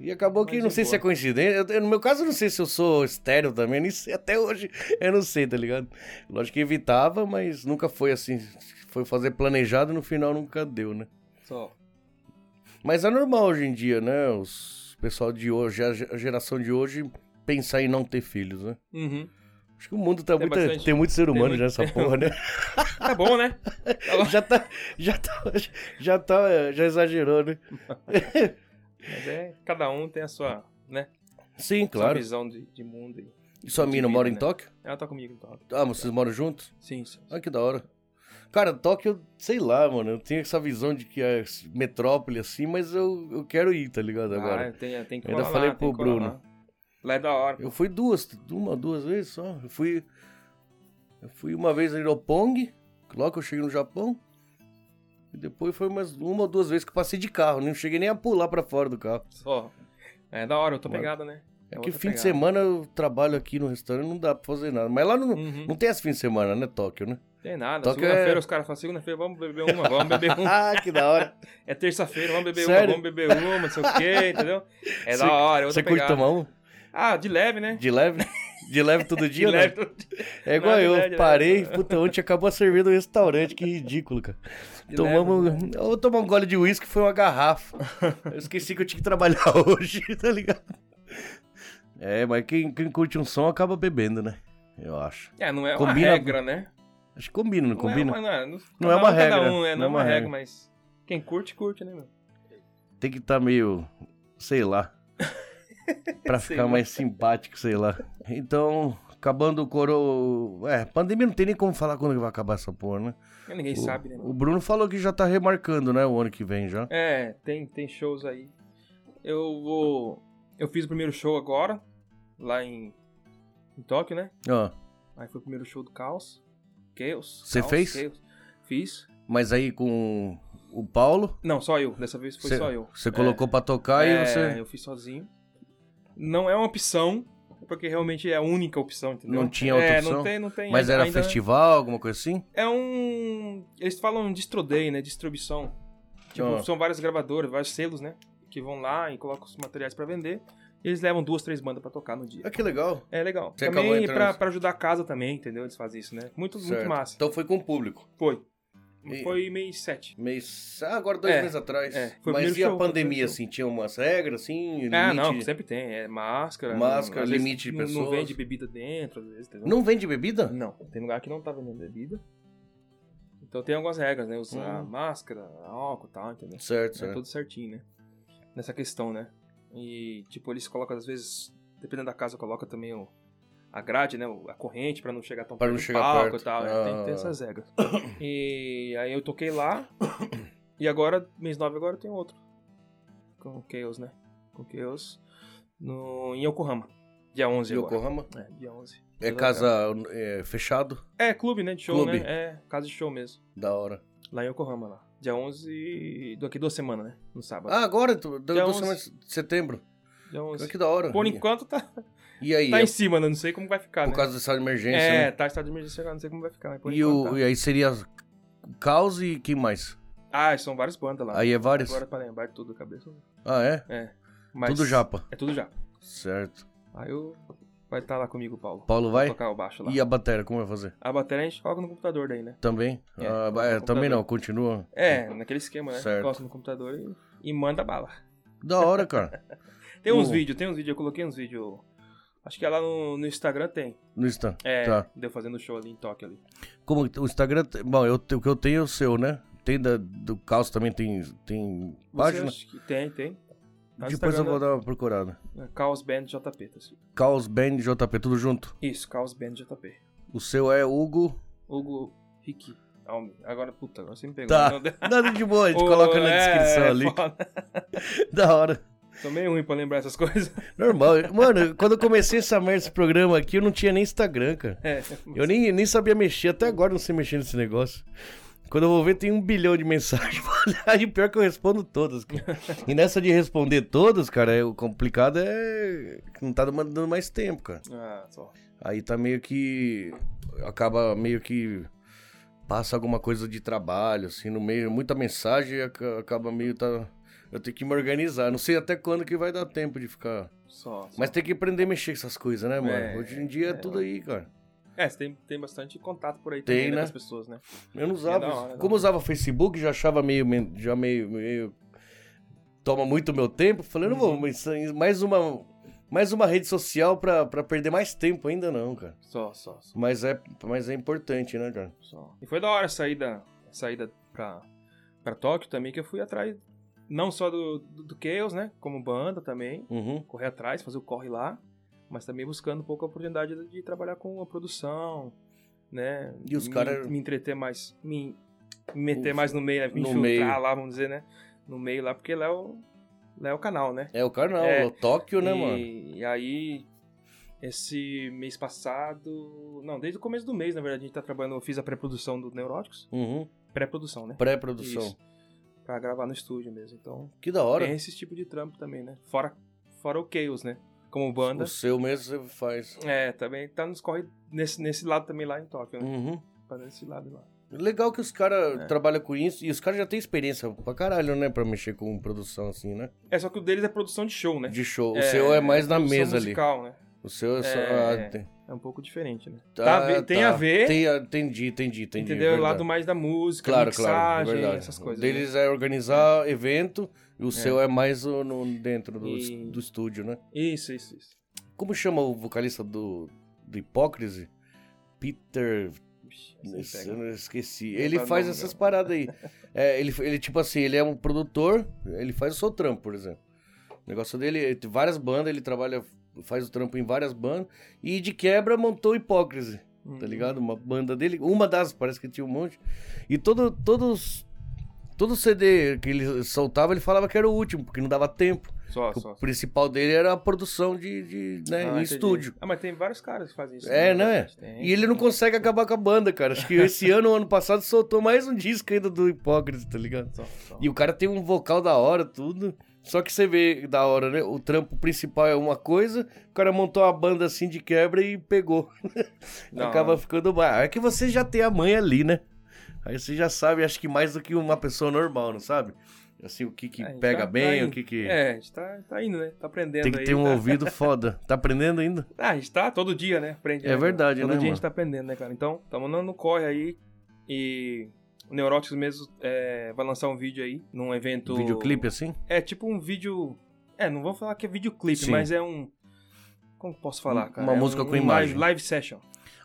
A: E acabou que,
B: Mas
A: não
B: de
A: sei se é
B: boa.
A: coincidência, eu- eu- no meu caso eu não sei se eu sou estéreo também, nem sei, até hoje eu não sei, tá ligado? Lógico que evitava, mas nunca foi assim, foi fazer planejado no final nunca deu, né?
B: Só.
A: Mas é normal hoje em dia, né? Os o pessoal de hoje, a ge- a geração de hoje, pensar em não ter filhos, né?
B: Uhum.
A: Acho que o mundo tá
B: Tem
A: muito.
B: bastante.
A: Tem muito ser humano
B: muito-
A: já
B: (laughs)
A: nessa porra, né? (laughs)
B: Tá bom, né? Tá bom.
A: já tá. Já tá. Já tá. é, Já exagerou, né?
B: Mas é, cada um tem a sua, né?
A: Sim,
B: Sua
A: claro.
B: visão de, de mundo. aí.
A: E sua mina
B: vida,
A: mora em
B: né?
A: Tóquio?
B: Ela tá comigo, então.
A: Ah, mas vocês moram juntos?
B: Sim, sim.
A: Ah, que da hora. Cara, Tóquio, sei lá, mano. Eu tenho essa visão de que é metrópole assim, mas eu, eu quero ir, tá ligado? Agora.
B: Ah, tem, tem que
A: Ainda
B: colar
A: falei
B: lá, tem
A: pro
B: que colar
A: Bruno.
B: Lá. Lá é da hora.
A: Eu fui duas, uma, duas vezes só. Eu fui. Eu fui uma vez a Iropong, logo que eu cheguei no Japão. E depois foi mais uma ou duas vezes que eu passei de carro, nem cheguei nem a pular pra fora do carro.
B: Só. É da hora, eu tô
A: Mano.
B: pegada, né?
A: É
B: outra
A: que fim de
B: pegada.
A: semana eu trabalho aqui no restaurante, não dá pra fazer nada. Mas lá não,
B: Uhum.
A: não tem esse fim de semana, né, Tóquio, né?
B: Tem nada.
A: Tóquio é-
B: Segunda-feira os caras falam, segunda-feira vamos beber uma, vamos beber
A: (laughs)
B: uma.
A: Ah, que da hora.
B: É terça-feira, vamos beber
A: Sério?
B: uma, vamos beber uma, não sei o quê, entendeu? É
A: Você-
B: da hora, eu
A: Você curte tomar um?
B: Ah, de leve, né?
A: De leve? De leve todo
B: (laughs) De
A: dia, né?
B: leve. De
A: É igual
B: Não, de
A: eu,
B: leve, de
A: parei,
B: leve.
A: puta, ontem acabou a cerveja do restaurante, que ridículo, cara.
B: leve,
A: Tomamos. Eu tomar um gole de uísque foi uma garrafa. Eu esqueci que eu tinha que trabalhar (laughs) hoje, tá ligado? É, mas quem, quem curte um som acaba bebendo, né? Eu acho.
B: É, não é uma
A: Combina-
B: regra, né?
A: Acho que combina, não
B: É
A: combina?
B: uma, não, é, não,
A: Não é
B: cada
A: uma
B: um, cada
A: regra,
B: um, é, não, é uma regra, mas quem curte, curte, né, meu?
A: Tem que estar meio. sei lá. Pra
B: (laughs) Sei
A: ficar
B: lá.
A: mais simpático, sei lá. Então, acabando o coro. É, pandemia não tem nem como falar quando que vai acabar essa porra, né?
B: Ninguém
A: O,
B: sabe, né? meu?
A: o Bruno falou que já tá remarcando, né? O ano que vem já.
B: É, tem, tem shows aí. Eu vou. Eu fiz o primeiro show agora, lá em, em Tóquio, né?
A: Ó,
B: Aí foi o primeiro show do Caos. Chaos.
A: Você
B: Caos,
A: fez?
B: Chaos. Fiz.
A: mas aí com o Paulo.
B: Não, só eu. Dessa vez foi
A: Cê-
B: só eu.
A: Você colocou pra tocar
B: é,
A: e você
B: Eu fiz sozinho. Não é uma opção, porque realmente é a única opção, entendeu?
A: Não tinha outra
B: é, Não
A: opção?
B: tem, não tem.
A: Mas
B: ainda-
A: era
B: ainda-
A: festival, alguma coisa assim?
B: É um. Eles falam distro day, né? Distribuição. Tipo,
A: Ah.
B: são várias gravadoras, vários selos, né? Que vão lá e colocam os materiais pra vender. E eles levam duas, três bandas pra tocar no dia.
A: Ah, que legal.
B: É legal.
A: Você acabou
B: também
A: entrando
B: pra,
A: nessa.
B: pra ajudar a casa também, entendeu? Eles fazem isso, né? Muito, muito
A: Certo.
B: massa.
A: Então foi com o público.
B: Foi.
A: E-
B: Foi mês sete.
A: Mês... Ah, agora dois
B: É,
A: meses atrás.
B: é. Foi o
A: Mas
B: primeiro
A: e a
B: show,
A: pandemia,
B: foi o primeiro
A: assim? Tinha umas regras, assim? Limite...
B: Ah, não, sempre tem. É máscara.
A: Máscara,
B: às vezes
A: limite de
B: não- Não
A: pessoas.
B: vende bebida dentro, às vezes, entendeu?
A: Não vende bebida?
B: Não, tem lugar que não tá vendendo bebida. Então tem algumas regras, né? Usar
A: Hum.
B: máscara, álcool e tal, entendeu?
A: Certo,
B: É
A: certo.
B: tudo certinho, né? nessa questão, né? E, tipo, eles colocam, às vezes, dependendo da casa, coloca também o, a grade, né? o- A corrente pra não chegar tão
A: Pra
B: perto
A: não
B: do
A: chegar
B: palco
A: perto.
B: e tal. né? Tem, tem
A: Ah.
B: essas regras. E aí eu toquei lá. (coughs) E agora, mês 9 agora tem outro. Com o Chaos, né? Com o Chaos. No, em Yokohama. Dia 11 agora.
A: Yokohama.
B: É, dia 11.
A: É casa é, fechado,
B: É, clube, né? De show,
A: Clube.
B: né? É, casa de show mesmo.
A: da hora.
B: Lá em Yokohama, lá. Dia 11, daqui duas semanas, né? No sábado.
A: Ah, agora, tu- deu
B: Dia
A: duas
B: 11.
A: semanas de setembro.
B: dia 11.
A: Que da hora.
B: Então, Por enquanto tá,
A: E aí,
B: tá
A: é
B: em cima, né? Não sei como vai ficar,
A: por
B: né?
A: causa dessa emergência,
B: É,
A: né?
B: tá estado de emergência, agora, não sei como vai ficar, mas por
A: E,
B: enquanto
A: o,
B: tá.
A: e aí seria Caos e quem mais?
B: Ah, são várias bandas lá.
A: Aí é várias?
B: Agora pra lembrar tudo da cabeça.
A: Ah, é?
B: É. Mas
A: Tudo japa.
B: É tudo já.
A: Certo.
B: Aí eu... vai estar lá comigo, Paulo.
A: Paulo
B: Vai
A: vai?
B: tocar o baixo lá.
A: E a bateria, como vai fazer?
B: A bateria a gente coloca no computador daí, né?
A: Também?
B: É,
A: Ah,
B: no
A: é,
B: computador.
A: também não, continua.
B: É, naquele esquema, né?
A: Certo.
B: Coloca no computador e, e manda bala.
A: Da hora,
B: (laughs)
A: cara.
B: Tem uns
A: O-
B: vídeos, tem uns vídeos, eu coloquei uns vídeos. Acho que é lá no, no Instagram tem.
A: No Insta.
B: É,
A: Tá.
B: deu fazendo show ali em Tóquio ali.
A: Como que- o Instagram. te- Bom, eu, te- o que eu tenho é o seu, né? Tem da, do Caos também, tem, tem
B: Você
A: página.
B: acha que tem, tem. Tá no
A: Depois eu
B: Instagram,
A: vou dar uma procurada.
B: né? Caos Band JP, tá escrito.
A: Caos Band JP, tudo junto.
B: Isso, Caos Band JP.
A: O seu é Hugo.
B: Hugo Rick Almi. Agora, puta, agora você me pegou.
A: Tá.
B: Não deu-
A: (laughs) Nada de boa, a gente
B: Ô,
A: coloca na
B: é,
A: descrição
B: é
A: ali.
B: foda.
A: Da hora.
B: Tô meio ruim pra lembrar essas coisas. (laughs)
A: Normal. Mano, quando eu comecei essa merda, esse programa aqui, eu não tinha nem Instagram, cara.
B: É.
A: Eu nem, nem sabia mexer, até agora eu não sei mexer nesse negócio. Quando eu vou ver, tem um bilhão de mensagens. (laughs) E pior que eu respondo todas, cara. E nessa de responder todas, cara, é- o complicado é que não tá demandando mais tempo, cara.
B: Ah, só.
A: Aí tá meio que. Acaba meio que. Passa alguma coisa de trabalho, assim, no meio. Muita mensagem aca- acaba meio. Tá... Eu tenho que me organizar. Não sei até quando que vai dar tempo de ficar.
B: Só. só.
A: Mas tem que aprender a mexer com essas coisas, né, mano?
B: É,
A: Hoje em dia é,
B: é.
A: tudo aí, cara.
B: É, você tem, tem bastante contato por aí
A: Tem,
B: também, né?
A: né?
B: com as pessoas, né?
A: Eu não usava.
B: da
A: isso.
B: hora, da
A: Como eu usava Facebook, já achava meio. men- Já meio. meio- toma muito meu tempo. Falei, eu não
B: Uhum.
A: vou. mas Mais uma. Mais uma rede social pra, pra perder mais tempo ainda, não, cara.
B: Só, só, só,
A: Mas é, mas é importante, né, cara?
B: só. E foi da hora a saída, a saída pra, pra Tóquio também, que eu fui atrás, não só do, do, do Chaos, né? Como banda também.
A: Uhum.
B: Correr atrás, fazer o corre lá. Mas também buscando um pouco a oportunidade de, de trabalhar com a produção, né?
A: E os
B: me-
A: cara-
B: Me entreter mais. Me, me meter
A: Uf,
B: mais no meio, né? Me
A: no
B: infiltrar
A: meio.
B: lá, vamos dizer, né? No meio lá, porque lá é o, lá é o canal, né?
A: É o canal,
B: É.
A: é o Tóquio, né,
B: e,
A: mano?
B: E aí, esse mês passado. Não, desde o começo do mês, na verdade, a gente tá trabalhando. Eu fiz a pré-produção do Neuróticos.
A: Uhum.
B: Pré-produção, né?
A: Pré-produção.
B: Isso. Pra gravar no estúdio mesmo. Então,
A: Que da hora.
B: tem esse tipo de trampo também, né? Fora, fora o Chaos, né? Como banda.
A: O seu mesmo você faz.
B: É, também tá nos corre nesse, nesse lado também lá em Tóquio, né?
A: Uhum.
B: Tá nesse lado lá.
A: Legal que os caras
B: É.
A: trabalham com isso. E os caras já têm experiência pra caralho, né? Pra mexer com produção assim, né?
B: É, só que o deles é produção de show, né?
A: De show. O seu é mais na
B: produção
A: mesa ali.
B: musical, ali. né?
A: O seu é só.
B: É.
A: ah, tem...
B: É um pouco diferente, né?
A: tá,
B: Tá a ver- tem
A: tá.
B: a ver,
A: Tem a- Entendi, entendi, entendi. é
B: entendeu? É O
A: verdade.
B: lado mais da música,
A: Claro, claro. é
B: mixagem,
A: Verdade.
B: essas coisas.
A: O
B: né?
A: deles é organizar evento e o seu é mais o- no, dentro do, es-
B: E-
A: do estúdio, né?
B: Isso, isso, isso.
A: Como chama o vocalista do, do Hipócrise? Peter
B: Ixi, aí
A: Esse
B: você
A: eu
B: pega.
A: não esqueci.
B: Não
A: Ele
B: tá
A: faz
B: bom,
A: essas
B: não.
A: paradas
B: (laughs)
A: aí. É, ele, ele, tipo assim, ele é um produtor, ele faz o seu trampo, por exemplo. O negócio dele é tem várias bandas, ele trabalha, faz o trampo em várias bandas. E de quebra montou Hipócrise,
B: Hum.
A: tá ligado? Uma banda dele, uma das, parece que tinha um monte. E todo, todos, todo CD que ele soltava, ele falava que era o último, porque não dava tempo.
B: Só,
A: O
B: É só. só.
A: principal dele era a produção de, de, né,
B: Ah,
A: em
B: entendi.
A: estúdio.
B: Ah, mas tem vários caras que fazem isso.
A: É, né?
B: Tem.
A: E ele não consegue acabar com a banda, cara. Acho que
B: (laughs)
A: esse ano, ano passado, soltou mais um disco ainda do Hipócrita, tá ligado?
B: Só, só.
A: E o cara tem um vocal da hora, tudo. Só que você vê da hora, né? O trampo principal é uma coisa, o cara montou a banda assim de quebra e
B: (laughs)
A: pegou.
B: Não,
A: Acaba
B: não.
A: ficando mais. É que você já tem a mãe ali, né? Aí você já sabe, acho que mais do que uma pessoa normal, não sabe? Assim, o que que
B: É,
A: pega
B: já tá
A: bem,
B: indo.
A: o que que.
B: É, a gente tá, tá indo, né? Tá aprendendo
A: tem que
B: aí.
A: ter um
B: tá?
A: ouvido foda. Tá aprendendo ainda?
B: Ah, a gente tá todo dia, né? Aprende.
A: É
B: né, cara?
A: verdade, né,
B: todo Todo dia a
A: mano?
B: gente tá aprendendo, né, cara? Então, tamo no no corre aí. E o Neuróticos mesmo é, vai lançar um vídeo aí, num evento...
A: Videoclipe assim?
B: É, tipo um vídeo... É, não vou falar que é videoclipe,
A: Sim.
B: mas é um... Como que eu posso falar, cara?
A: Uma
B: É
A: música
B: um-
A: com
B: um
A: imagem.
B: Live, live session.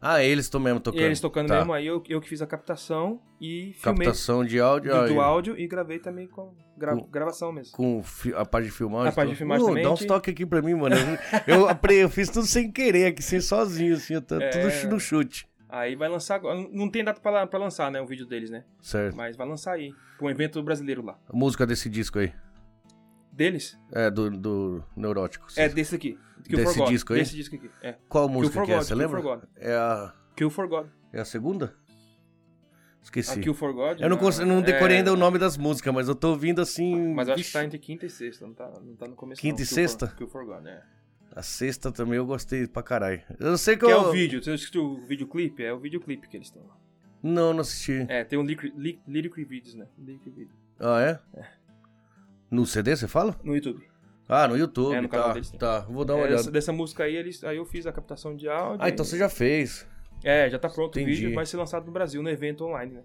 A: Ah, eles estão mesmo
B: E
A: tocando.
B: eles tocando
A: Tá.
B: mesmo, aí eu, eu que fiz a captação e filmei
A: Captação de áudio.
B: do,
A: aí,
B: do áudio e gravei também com gra-
A: Com-
B: gravação mesmo.
A: Com fi- a parte de filmagem.
B: A parte de
A: tudo.
B: filmagem
A: Ô,
B: também,
A: Dá uns
B: gente.
A: toques aqui pra mim, mano.
B: (laughs)
A: Eu, apre- eu fiz tudo sem querer aqui, sem sozinho, assim. eu tô-
B: É.
A: Tudo chu- no chute.
B: Aí vai lançar agora. Não tem data pra, la- pra lançar, né? O vídeo deles, né?
A: Certo.
B: Mas vai lançar aí. Pra um evento brasileiro lá.
A: A música desse disco aí.
B: Deles?
A: É, do, do Neuróticos.
B: É desse aqui. Kill
A: Desse
B: for God.
A: disco aí?
B: Desse disco aqui. É.
A: Qual música
B: for
A: que é?
B: God,
A: Você
B: Kill for
A: lembra?
B: God.
A: É a,
B: Kill for God.
A: é a segunda? Esqueci.
B: A Kill for God.
A: Eu não,
B: né?
A: consigo, não decorei
B: É,
A: ainda o nome das músicas, mas eu tô ouvindo assim.
B: Mas eu acho que
A: vixe,
B: tá entre quinta e sexta. Não tá, não tá no começo.
A: Quinta
B: não.
A: e
B: Kill
A: sexta?
B: For, Kill for God, é.
A: A sexta também eu gostei pra caralho. Eu sei que,
B: Que é
A: eu.
B: o vídeo. Você assistiu o videoclipe? É o videoclipe que eles têm lá.
A: Não, não assisti.
B: É, tem um lyric, lyric, lyric videos, né? Lyric video.
A: Ah, é? No CD você fala?
B: No YouTube.
A: Ah, no YouTube.
B: É, no canal
A: tá,
B: deles tem.
A: tá. Vou dar uma
B: É,
A: olhada.
B: essa- dessa música aí, eles, aí eu fiz a captação de áudio.
A: Ah, então
B: e-
A: você já fez.
B: É, já tá pronto
A: Entendi.
B: o vídeo. Vai ser lançado no Brasil, no evento online, né?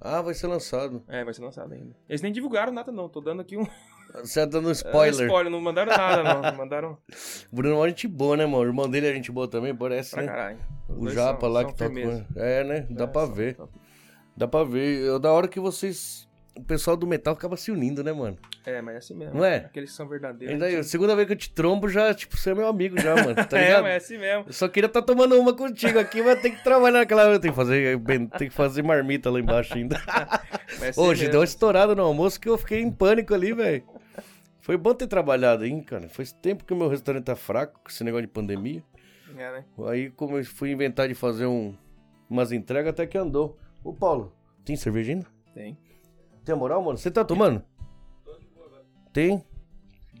A: Ah, vai ser lançado.
B: É, vai ser lançado ainda. Eles nem divulgaram nada, não. Tô dando aqui um É,
A: Você tá dando
B: (laughs)
A: spoiler.
B: spoiler. Não mandaram nada,
A: (laughs)
B: não. não mandaram
A: Bruno é uma gente boa, né, mano? O irmão dele é gente boa também, parece,
B: pra
A: né?
B: caralho. Os
A: O
B: dois
A: Japa
B: são-
A: lá
B: são
A: que tá
B: firmeza.
A: com. É, né? Dá
B: É,
A: pra
B: são-
A: ver.
B: são-
A: Dá pra ver. Eu, da hora que vocês. O pessoal do metal acaba se unindo, né, mano?
B: É, mas é assim mesmo.
A: Não é?
B: Aqueles que são verdadeiros.
A: Ainda eu, segunda vez que eu te trombo, já, tipo, você é meu amigo já, mano. Tá
B: (laughs) é,
A: ligado?
B: mas é assim mesmo.
A: Eu só queria estar tomando uma contigo aqui, mas tem que trabalhar naquela hora. Tem que fazer, (laughs) bem, tem que fazer marmita lá embaixo ainda.
B: Mas é assim
A: Hoje
B: mesmo.
A: deu uma estourada no almoço que eu fiquei em pânico ali, velho. Foi bom ter trabalhado, hein, cara. Faz tempo que o meu restaurante tá fraco com esse negócio de pandemia.
B: É, né?
A: Aí, como eu fui inventar de fazer um, umas entregas, até que andou. Ô, Paulo, tem cerveja ainda?
B: Tem.
A: Tem a moral, mano? Você tá tomando? Tem?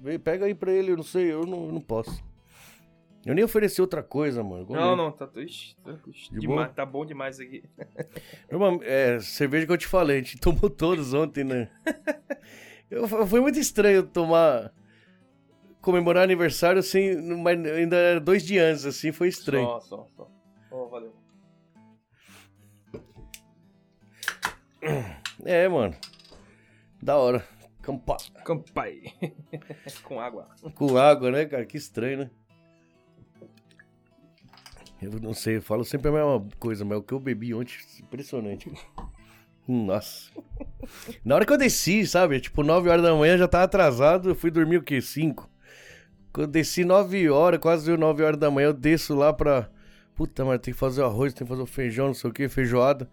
A: Vê, Pega aí pra ele, eu não sei, eu não, eu não posso. Eu nem ofereci outra coisa, mano. Como
B: Não, não, tá, ixi, tá, ixi,
A: De
B: demais,
A: boa?
B: tá bom demais isso aqui.
A: Irmão, é, cerveja que eu te falei, a gente (laughs) tomou todos ontem, né? Eu, foi muito estranho tomar. comemorar aniversário assim, mas ainda era dois dias antes, assim, foi estranho.
B: Só, só, só. Ó, valeu.
A: É, mano. Da hora. Campa...
B: Campai. (laughs) Com água.
A: Com água, né, cara? Que estranho, né? Eu não sei, eu falo sempre a mesma coisa, mas o que eu bebi ontem, impressionante. (laughs) Nossa. Na hora que eu desci, sabe? Tipo, 9 horas da manhã, já tava atrasado, eu fui dormir o quê? 5? Quando eu desci 9 horas, quase 9 horas da manhã, eu desço lá pra... Puta, mas tem que fazer o arroz, tem que fazer o feijão, não sei o que, feijoada.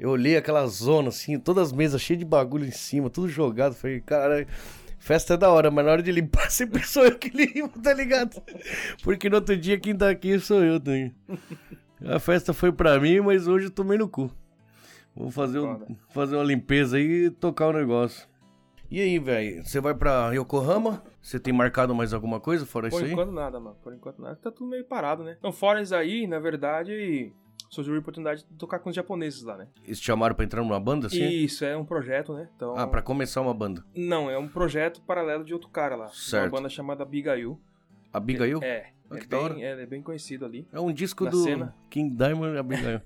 A: Eu olhei aquela zona, assim, todas as mesas cheias de bagulho em cima, tudo jogado. Falei, caralho, festa é da hora, mas na hora de limpar (laughs) sempre sou eu que limpo, tá ligado? Porque no outro dia quem tá aqui sou eu, tá ligado? A festa foi pra mim, mas hoje eu tomei no cu. Vou fazer, um-
B: Foda.
A: fazer uma limpeza aí e tocar o negócio. E aí, velho, você vai pra Yokohama? Você tem marcado mais alguma coisa fora
B: Por
A: isso aí?
B: enquanto nada, mano. Por enquanto nada. Tá tudo meio parado, né? Então, fora isso aí, na verdade, surgiu a oportunidade de tocar com os japoneses lá, né?
A: Eles te chamaram pra entrar numa banda, assim?
B: Isso, é um projeto, né? Então,
A: Ah, pra começar uma banda.
B: Não, é um projeto paralelo de outro cara lá.
A: Certo.
B: Uma banda chamada Abigail.
A: Abigail? É,
B: É.
A: Ah,
B: é
A: que da hora.
B: bem, é, é bem conhecido ali.
A: é um disco
B: Na
A: do
B: cena.
A: King Diamond Abigail.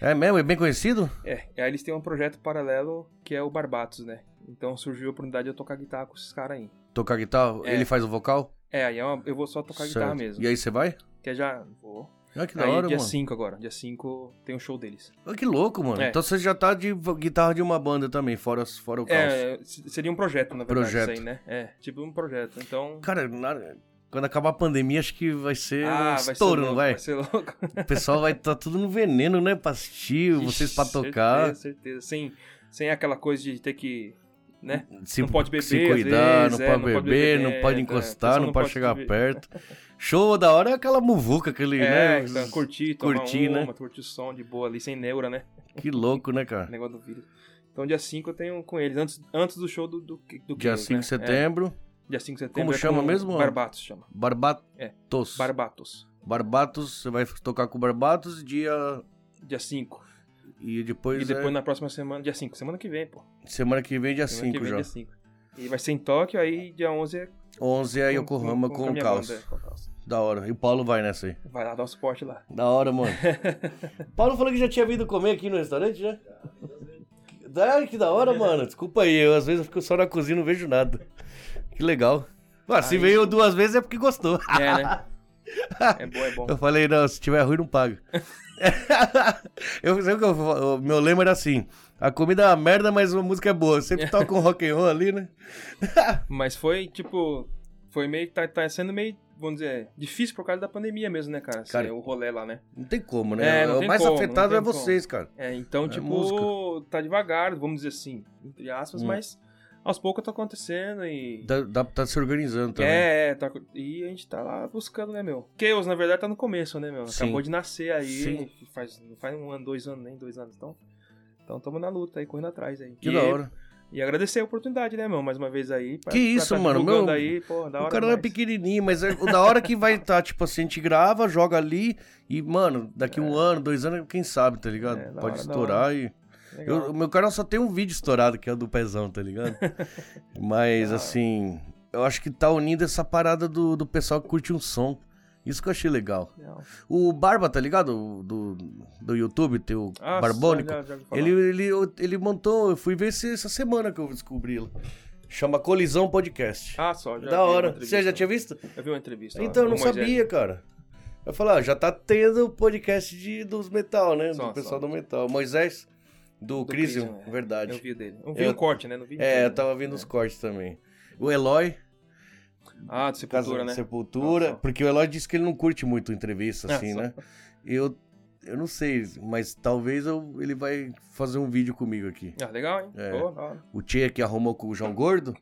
A: é mesmo? É bem conhecido?
B: É, aí eles têm um projeto paralelo que é o Barbatos, né? Então surgiu a oportunidade de eu tocar guitarra com esses caras aí.
A: Tocar guitarra?
B: É.
A: Ele faz o vocal?
B: É, aí é uma- eu vou só tocar guitarra
A: Certo.
B: mesmo.
A: E aí você vai?
B: Que é já vou.
A: Ah, que da
B: Aí
A: hora,
B: dia
A: mano.
B: 5 agora. Dia 5 tem um show deles.
A: Ah, que louco, mano.
B: É.
A: Então você já tá de vo- guitarra de uma banda também, fora, fora o caos.
B: É, se- seria um projeto, na verdade,
A: Projeto.
B: isso aí, né? É, tipo um projeto. Então.
A: Cara, na- quando acabar a pandemia, acho que vai ser um
B: Ah, vai ser
A: estouro,
B: louco,
A: não vai?
B: Vai ser louco.
A: O pessoal vai estar tá tudo no veneno, né? Pra assistir, (laughs) vocês pra tocar.
B: Certeza, é, certeza. Sem, sem aquela coisa de ter que. Né?
A: Se,
B: Não pode beber,
A: se cuidar,
B: às
A: não,
B: vezes, é,
A: pode beber, não
B: é,
A: pode
B: é,
A: encostar,
B: pessoa
A: não, pode chegar
B: beber.
A: perto. Show da hora é aquela muvuca, aquele,
B: É,
A: né?
B: então, curtir, tomar
A: curtir,
B: uma,
A: né?
B: curtir o som de boa ali, sem neura, né?
A: Que louco, né,
B: O
A: cara?
B: negócio do vírus. Então, dia 5 eu tenho com eles, antes, antes do show do, do, do
A: Dia
B: Kings,
A: 5 de
B: né? É,
A: setembro,
B: dia 5 de setembro.
A: Como
B: é
A: chama
B: com
A: mesmo?
B: Barbatos chama. É.
A: Barbatos.
B: Barbatos.
A: Barbatos, você vai tocar com o Barbatos dia.
B: Dia 5.
A: E depois,
B: E depois
A: é-
B: na próxima semana, dia 5, semana que vem, pô.
A: semana que vem, dia
B: Semana que
A: 5
B: vem,
A: já.
B: dia 5. E vai ser em Tóquio, aí dia 11 é
A: 11 é Yokohama com,
B: a
A: o
B: minha
A: Caos.
B: banda, é, com o Caos.
A: Da hora. E o Paulo vai nessa aí.
B: Vai lá dar o suporte lá.
A: Da hora,
B: (laughs)
A: mano. Paulo falou que já tinha vindo comer aqui no restaurante, né? Ah, que da hora, mano. Desculpa aí, eu às vezes eu fico só na cozinha e não vejo nada. Que legal. Ué, se veio duas vezes é porque gostou.
B: É, né? É bom, é bom.
A: (laughs)
B: (laughs)
A: Eu falei, não, se tiver ruim não paga. eu sei o que eu, o meu lema era assim: a comida é uma merda, mas a música é boa. Eu sempre toca um rock and roll ali, né?
B: Mas foi, tipo, foi meio que tá, tá sendo meio, vamos dizer, difícil por causa da pandemia mesmo, né, cara? Assim,
A: Cara,
B: o rolê lá, né?
A: Não tem como, né?
B: É, não
A: o
B: tem
A: mais
B: como,
A: afetado
B: não
A: é
B: tem
A: vocês, cara.
B: É, então, tipo,
A: música.
B: tá devagar, vamos dizer assim, entre aspas,
A: Hum.
B: mas aos poucos tá acontecendo e.
A: Tá, dá- tá se organizando também.
B: É, é, tá, e a gente tá lá buscando, né, meu? Chaos, na verdade, tá no começo, né, meu?
A: Sim.
B: Acabou de nascer aí,
A: Sim.
B: faz, não faz um ano, dois anos, nem dois anos, então. Então tamo na luta aí, correndo atrás aí.
A: Que
B: e,
A: da hora.
B: E agradecer a oportunidade, né, meu? Mais uma vez aí. pra-
A: Que
B: pra
A: isso,
B: tá
A: mano,
B: divulgando
A: meu-
B: Aí, pô, da hora
A: o canal é
B: demais.
A: pequenininho, mas é, o da hora que vai estar, tipo assim, a gente grava, joga ali e, mano, daqui um ano, dois anos, quem sabe, tá ligado?
B: É, da
A: Pode
B: hora, da
A: estourar e.
B: Legal.
A: Eu, o meu canal só tem um vídeo estourado, que é o do pezão, tá
B: (laughs)
A: ligado? Mas,
B: Da hora.
A: assim, eu acho que tá unindo essa parada do, do pessoal que curte um som. Isso que eu achei legal.
B: Legal.
A: O Barba, tá ligado? O Do, do YouTube, teu
B: Ah,
A: Barbônico.
B: já- já ouvi falar.
A: Ele, ele, ele montou, eu fui ver esse- essa semana que eu descobri. ele. Chama Colisão Podcast.
B: Ah, só, já vi
A: da
B: uma
A: hora.
B: entrevista.
A: Você já tinha visto?
B: Eu vi uma entrevista. lá,
A: Então, eu
B: com
A: não
B: o Moisés.
A: sabia, cara. Eu falei, ah, já tá tendo o podcast de, dos metal, né?
B: Só,
A: do pessoal
B: só.
A: do metal. Moisés, do,
B: Do
A: Crisium,
B: Crisium, é. Eu
A: verdade.
B: vi o dele. Eu vi
A: Eu-
B: um corte, né? Não vi
A: é, eu
B: inteiro,
A: tava
B: né?
A: vendo
B: É.
A: os cortes também. O Eloy,
B: Ah, de
A: Casa
B: Sepultura, né?
A: Sepultura,
B: Só, só.
A: porque o Eloy disse que ele não curte muito entrevista,
B: Ah,
A: assim,
B: só.
A: né? Eu, eu não sei, mas talvez eu- ele vai fazer um vídeo comigo aqui.
B: Ah, legal, hein?
A: É.
B: Boa, da hora.
A: O Tchê que arrumou com o João Gordo,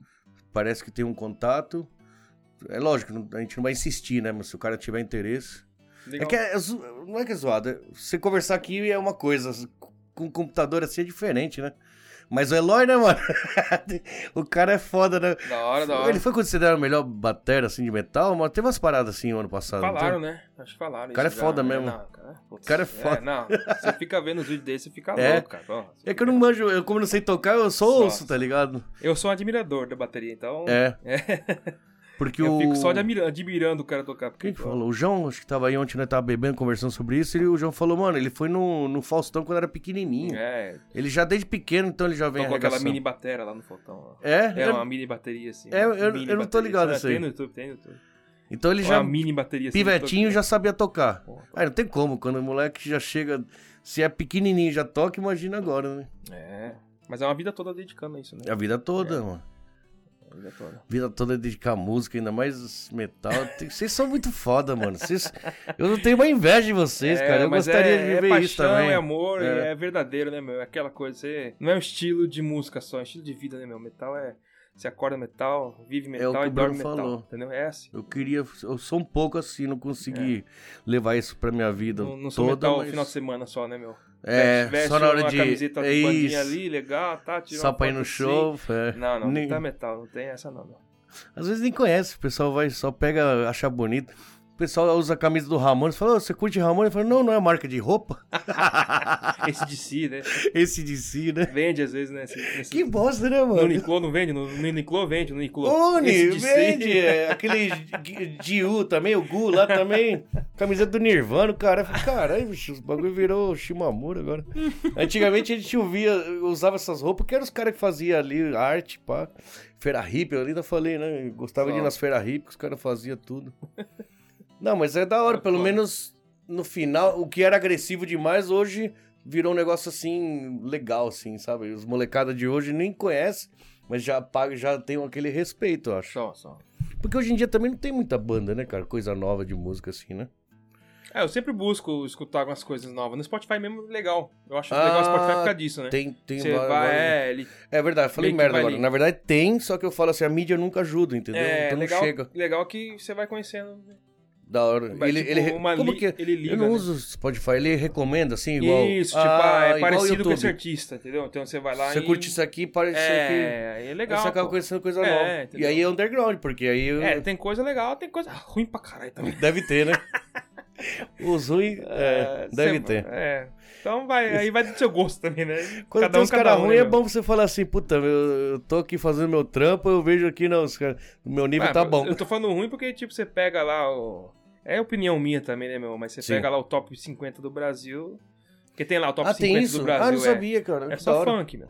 A: parece que tem um contato. É lógico, não- a gente não vai insistir, né? Mas se o cara tiver interesse. É
B: Legal.
A: que é- é zo- não é que é zoado. é- Você conversar aqui é uma coisa. Com o computador assim é diferente, né? Mas o Eloy, né, mano? (laughs) o cara é foda, né?
B: Da hora, da hora.
A: Ele foi considerado o melhor batera assim de metal, mas teve umas paradas assim no ano passado. não
B: Falaram, né? Acho que falaram.
A: O cara
B: isso
A: é
B: já,
A: foda
B: né?
A: mesmo.
B: Não, cara, putz,
A: O cara é foda. (laughs)
B: não, você fica vendo os vídeos dele, você fica
A: É.
B: louco, cara. Ó,
A: teve? É que eu não manjo, eu como não sei tocar, eu só
B: Nossa.
A: ouço, tá ligado?
B: Eu sou um admirador da bateria, então.
A: É.
B: É.
A: (laughs) Porque
B: Eu
A: o.
B: fico só de admira- admirando o cara tocar. porque,
A: Quem que
B: ó,
A: falou? O João, acho que tava aí ontem, nós tava bebendo, conversando sobre isso, e o João falou, mano, ele foi no, no Faustão quando era pequenininho.
B: É,
A: Ele já desde pequeno, então ele já vem
B: tocou aquela
A: arregaçando.
B: mini bateria lá no Fotão. ó.
A: É?
B: É uma mini bateria assim.
A: É,
B: uma
A: eu-
B: mini
A: eu não tô
B: bateria.
A: ligado
B: Ah,
A: nisso aí.
B: Tem no YouTube, tem no YouTube.
A: Então ele
B: Ou
A: já,
B: uma mini bateria assim.
A: pivetinho, já sabia tocar.
B: Pô,
A: Ah, não tem como, quando o moleque já chega, se é pequenininho, já toca, imagina agora, né?
B: É. Mas é uma vida toda dedicando a isso, né?
A: A vida toda, mano.
B: A vida toda.
A: Vida toda é dedicar à música, ainda mais metal. Tem- Vocês são muito foda, mano. Vocês... Eu não tenho uma inveja de vocês,
B: É,
A: cara. Eu
B: mas
A: gostaria
B: é-
A: de
B: é
A: viver
B: paixão,
A: isso também.
B: É amor,
A: É.
B: é. é verdadeiro, né, meu? É Aquela coisa, você... Não é um estilo de música só, é um estilo de vida, né, meu? Metal é... Você acorda metal, vive metal
A: que
B: e
A: É o
B: dorme
A: Bruno
B: metal,
A: falou.
B: entendeu? É assim.
A: Eu queria, eu sou um pouco assim, não consegui levar isso pra minha vida
B: É. Não, não sou
A: toda,
B: metal
A: mas...
B: final de semana só, né, meu?
A: É,
B: Veste-
A: só na hora
B: uma
A: de...
B: camiseta
A: é
B: de bandinha
A: isso,
B: ali, legal, tá? Tira
A: só
B: uma
A: pra ir
B: foto
A: no
B: assim.
A: show. é.
B: Não, não,
A: Nem-
B: não tá metal, não tem essa não, meu.
A: Às vezes nem conhece, o pessoal vai só pega, acha bonito. O pessoal usa a camisa do Ramones, fala, "Ô, você curte Ramones? Eu falo, não, não é marca de roupa. (laughs)
B: Esse de si, né?
A: Esse de si, né?
B: Vende às vezes, né? Esse,
A: (laughs)
B: esse...
A: Que bosta, né,
B: No
A: mano?
B: Uniqlo não vende? No, no Uniqlo vende, no Uniqlo.
A: Oni,
B: Esse de si.
A: vende, é, aquele G- Diu também, o Gu lá também, camiseta do Nirvana, o cara, Eu falei, caralho, bicho, os bagulho virou Shimamura agora. Antigamente a gente ouvia, usava essas roupas, que eram os caras que faziam ali arte, pá, feira hippie, eu ainda falei, né, eu gostava de ir nas feiras hippie, que os caras faziam tudo. Não, mas é da hora,
B: É
A: pelo
B: foda.
A: menos no final, o que era agressivo demais, hoje virou um negócio assim, legal, assim, sabe, os molecada de hoje nem conhecem, mas já, paga, já tem aquele respeito, eu acho.
B: (laughs) Só, só.
A: Porque hoje em dia também não tem muita banda, né, cara? Coisa nova de música assim, né?
B: É, eu sempre busco escutar algumas coisas novas. No Spotify mesmo, legal. Eu acho
A: Ah,
B: legal o Spotify por causa disso, né?
A: Tem, tem
B: Você
A: va-
B: vai,
A: va-
B: é, ele...
A: É verdade, eu falei
B: meio que
A: merda
B: vai
A: agora.
B: ali.
A: Na verdade tem, só que eu falo assim, a mídia nunca ajuda, entendeu?
B: é
A: então não
B: legal,
A: chega.
B: legal que você vai conhecendo. né?
A: Da hora.
B: Vai,
A: ele,
B: tipo,
A: ele,
B: uma
A: como
B: li-
A: que... é?
B: ele liga,
A: eu não
B: né?
A: uso Spotify, ele recomenda assim, igual...
B: Isso, tipo, ah, é
A: igual
B: parecido com
A: YouTube.
B: esse artista, entendeu? Então você vai lá
A: Você
B: e...
A: curte isso aqui, parece que...
B: É, é legal.
A: você acaba
B: pô.
A: conhecendo coisa
B: É,
A: nova. e
B: entendeu?
A: aí é underground, porque aí... eu-
B: É, tem coisa legal, tem coisa ruim pra caralho também.
A: Deve ter, né? (laughs) Os ruins, é, deve
B: você-
A: ter.
B: É. Então vai, aí vai do seu gosto também, né?
A: Quando tem uns caras
B: um,
A: ruins,
B: né,
A: é
B: meu?
A: bom pra você falar assim, puta, eu, eu tô aqui fazendo meu trampo, eu vejo aqui, não, os cara, meu nível
B: Ah,
A: tá bom.
B: Eu tô falando ruim porque, tipo, você pega lá o. É opinião minha também, né, meu? Mas você
A: Sim.
B: pega lá o top 50 do Brasil. Porque tem lá o top
A: ah,
B: 50
A: tem isso?
B: do
A: ah,
B: Brasil.
A: não
B: é.
A: sabia, cara.
B: É
A: que da
B: só
A: hora.
B: funk, meu.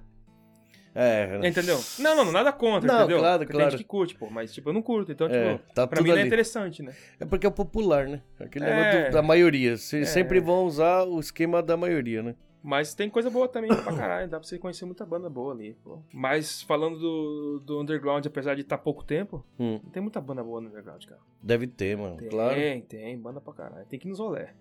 A: É,
B: Entendeu? Não, não, nada contra,
A: Não,
B: entendeu?
A: claro,
B: Porque
A: claro.
B: Tem gente que curte, pô, mas tipo, eu não curto, então,
A: É,
B: tipo,
A: tá
B: pra
A: tudo
B: mim não é
A: ali.
B: interessante, né?
A: É porque é popular, né? Aquele
B: É.
A: negócio do- da maioria. Vocês sempre vão usar o esquema da maioria, né?
B: Mas tem coisa boa também
A: (coughs)
B: pra caralho, dá pra você conhecer muita banda boa ali, pô. Mas falando do, do Underground, apesar de estar pouco tempo,
A: Hum.
B: tem muita banda boa no Underground, cara.
A: Deve ter, mano.
B: Tem,
A: Claro.
B: tem, banda pra caralho. Tem que ir nos rolé.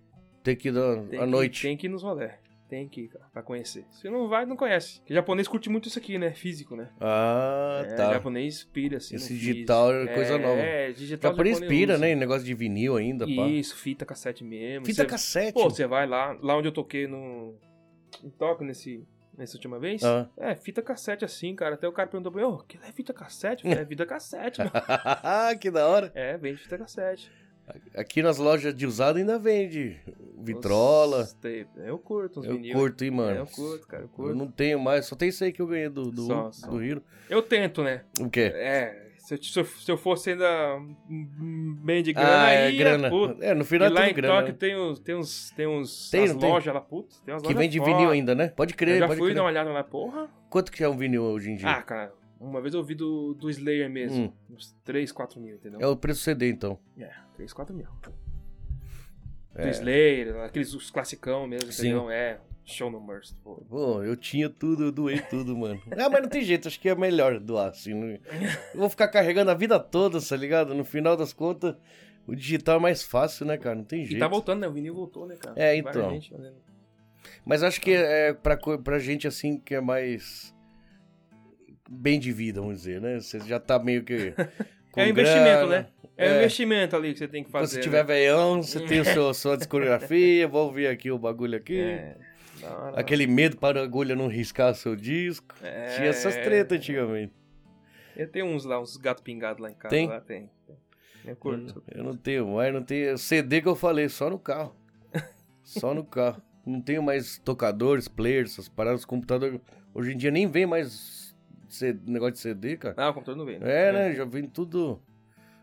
A: Tem que ir na-
B: Tem
A: à
B: que-
A: noite.
B: Tem que ir nos rolé. Tem que ir, cara, pra conhecer. Se não vai, não conhece. Porque japonês curte muito isso aqui, né? Físico, né?
A: Ah,
B: É,
A: tá.
B: japonês pira, assim.
A: Esse
B: no
A: digital
B: físico.
A: é coisa nova.
B: É, digital
A: Japonês
B: japonês
A: pira,
B: usa.
A: Tá né? Negócio de vinil ainda, pá.
B: Isso, fita cassete mesmo.
A: Fita
B: Você-
A: cassete.
B: Pô, você vai lá, lá onde eu toquei no. Em Tóquio nesse, nessa última vez.
A: Ah.
B: É, fita cassete assim, cara. Até o cara perguntou pra mim, ô, que é fita cassete? Eu falei, é fita cassete,
A: (laughs)
B: mano.
A: que da hora.
B: É, vende fita cassete.
A: Aqui nas lojas de usado ainda vende vitrola.
B: Os tape. Eu curto uns
A: eu
B: vinil.
A: curto, hein, mano.
B: É, eu curto, cara, eu curto.
A: Eu não tenho mais, só tem isso aí que eu ganhei do, do,
B: Só, só.
A: do Hiro.
B: Eu tento, né?
A: O quê?
B: É, se eu, se eu- se eu fosse ainda hum, bem de grana,
A: ah, é
B: aí,
A: grana.
B: puta.
A: É, no
B: E
A: final é
B: lá em
A: tudo grana.
B: Tóquio
A: né?
B: tem uns, tem uns, tem uns
A: Tem,
B: as
A: tem.
B: lojas lá, puta, tem umas
A: Que
B: lojas
A: vende
B: foda.
A: vinil ainda, né? Pode crer,
B: Eu já
A: pode
B: fui
A: crer.
B: dar uma olhada lá, porra.
A: Quanto que é um vinil hoje em dia?
B: Ah, cara, uma vez eu ouvi do, do Slayer mesmo.
A: Hum.
B: Uns 3, 4 mil, entendeu?
A: É o preço CD, então.
B: É, 3, 4 mil.
A: É.
B: Do Slayer, aqueles os classicão mesmo,
A: Sim.
B: entendeu? É, Show No Mercy. Pô.
A: Pô, eu tinha tudo, eu doei tudo, mano. Ah, mas não tem jeito, acho que é melhor doar, assim.
B: (laughs)
A: não- Eu vou ficar carregando a vida toda, tá ligado? No final das contas, o digital é mais fácil, né, cara? Não tem
B: E
A: jeito.
B: tá voltando, né? O vinil voltou, né, cara?
A: É,
B: Várias
A: então.
B: gente fazendo.
A: Mas acho que é pra, co- pra gente, assim, que é mais bem de vida, vamos dizer, né? Você já tá meio
B: (laughs)
A: que. com
B: É um investimento,
A: grana.
B: né? É, um
A: É.
B: investimento ali que você tem que
A: Quando
B: fazer.
A: você tiver
B: né?
A: veião, você tem o seu, sua discografia, vou ouvir aqui o bagulho aqui.
B: É, da hora.
A: Aquele medo para a agulha não riscar seu disco.
B: É.
A: Tinha essas tretas antigamente.
B: Eu tenho uns lá, uns gato pingado lá em casa.
A: Tem? Hum.
B: Lá, tem. tem. Eu curto.
A: Eu não tenho mais, não tenho. CD que eu falei, só no carro. Só no carro. Não tenho mais tocadores, players, essas paradas, computador. Hoje em dia nem vem mais C- negócio de CD, cara.
B: Ah, o computador não veio.
A: É, né? Já vem tudo.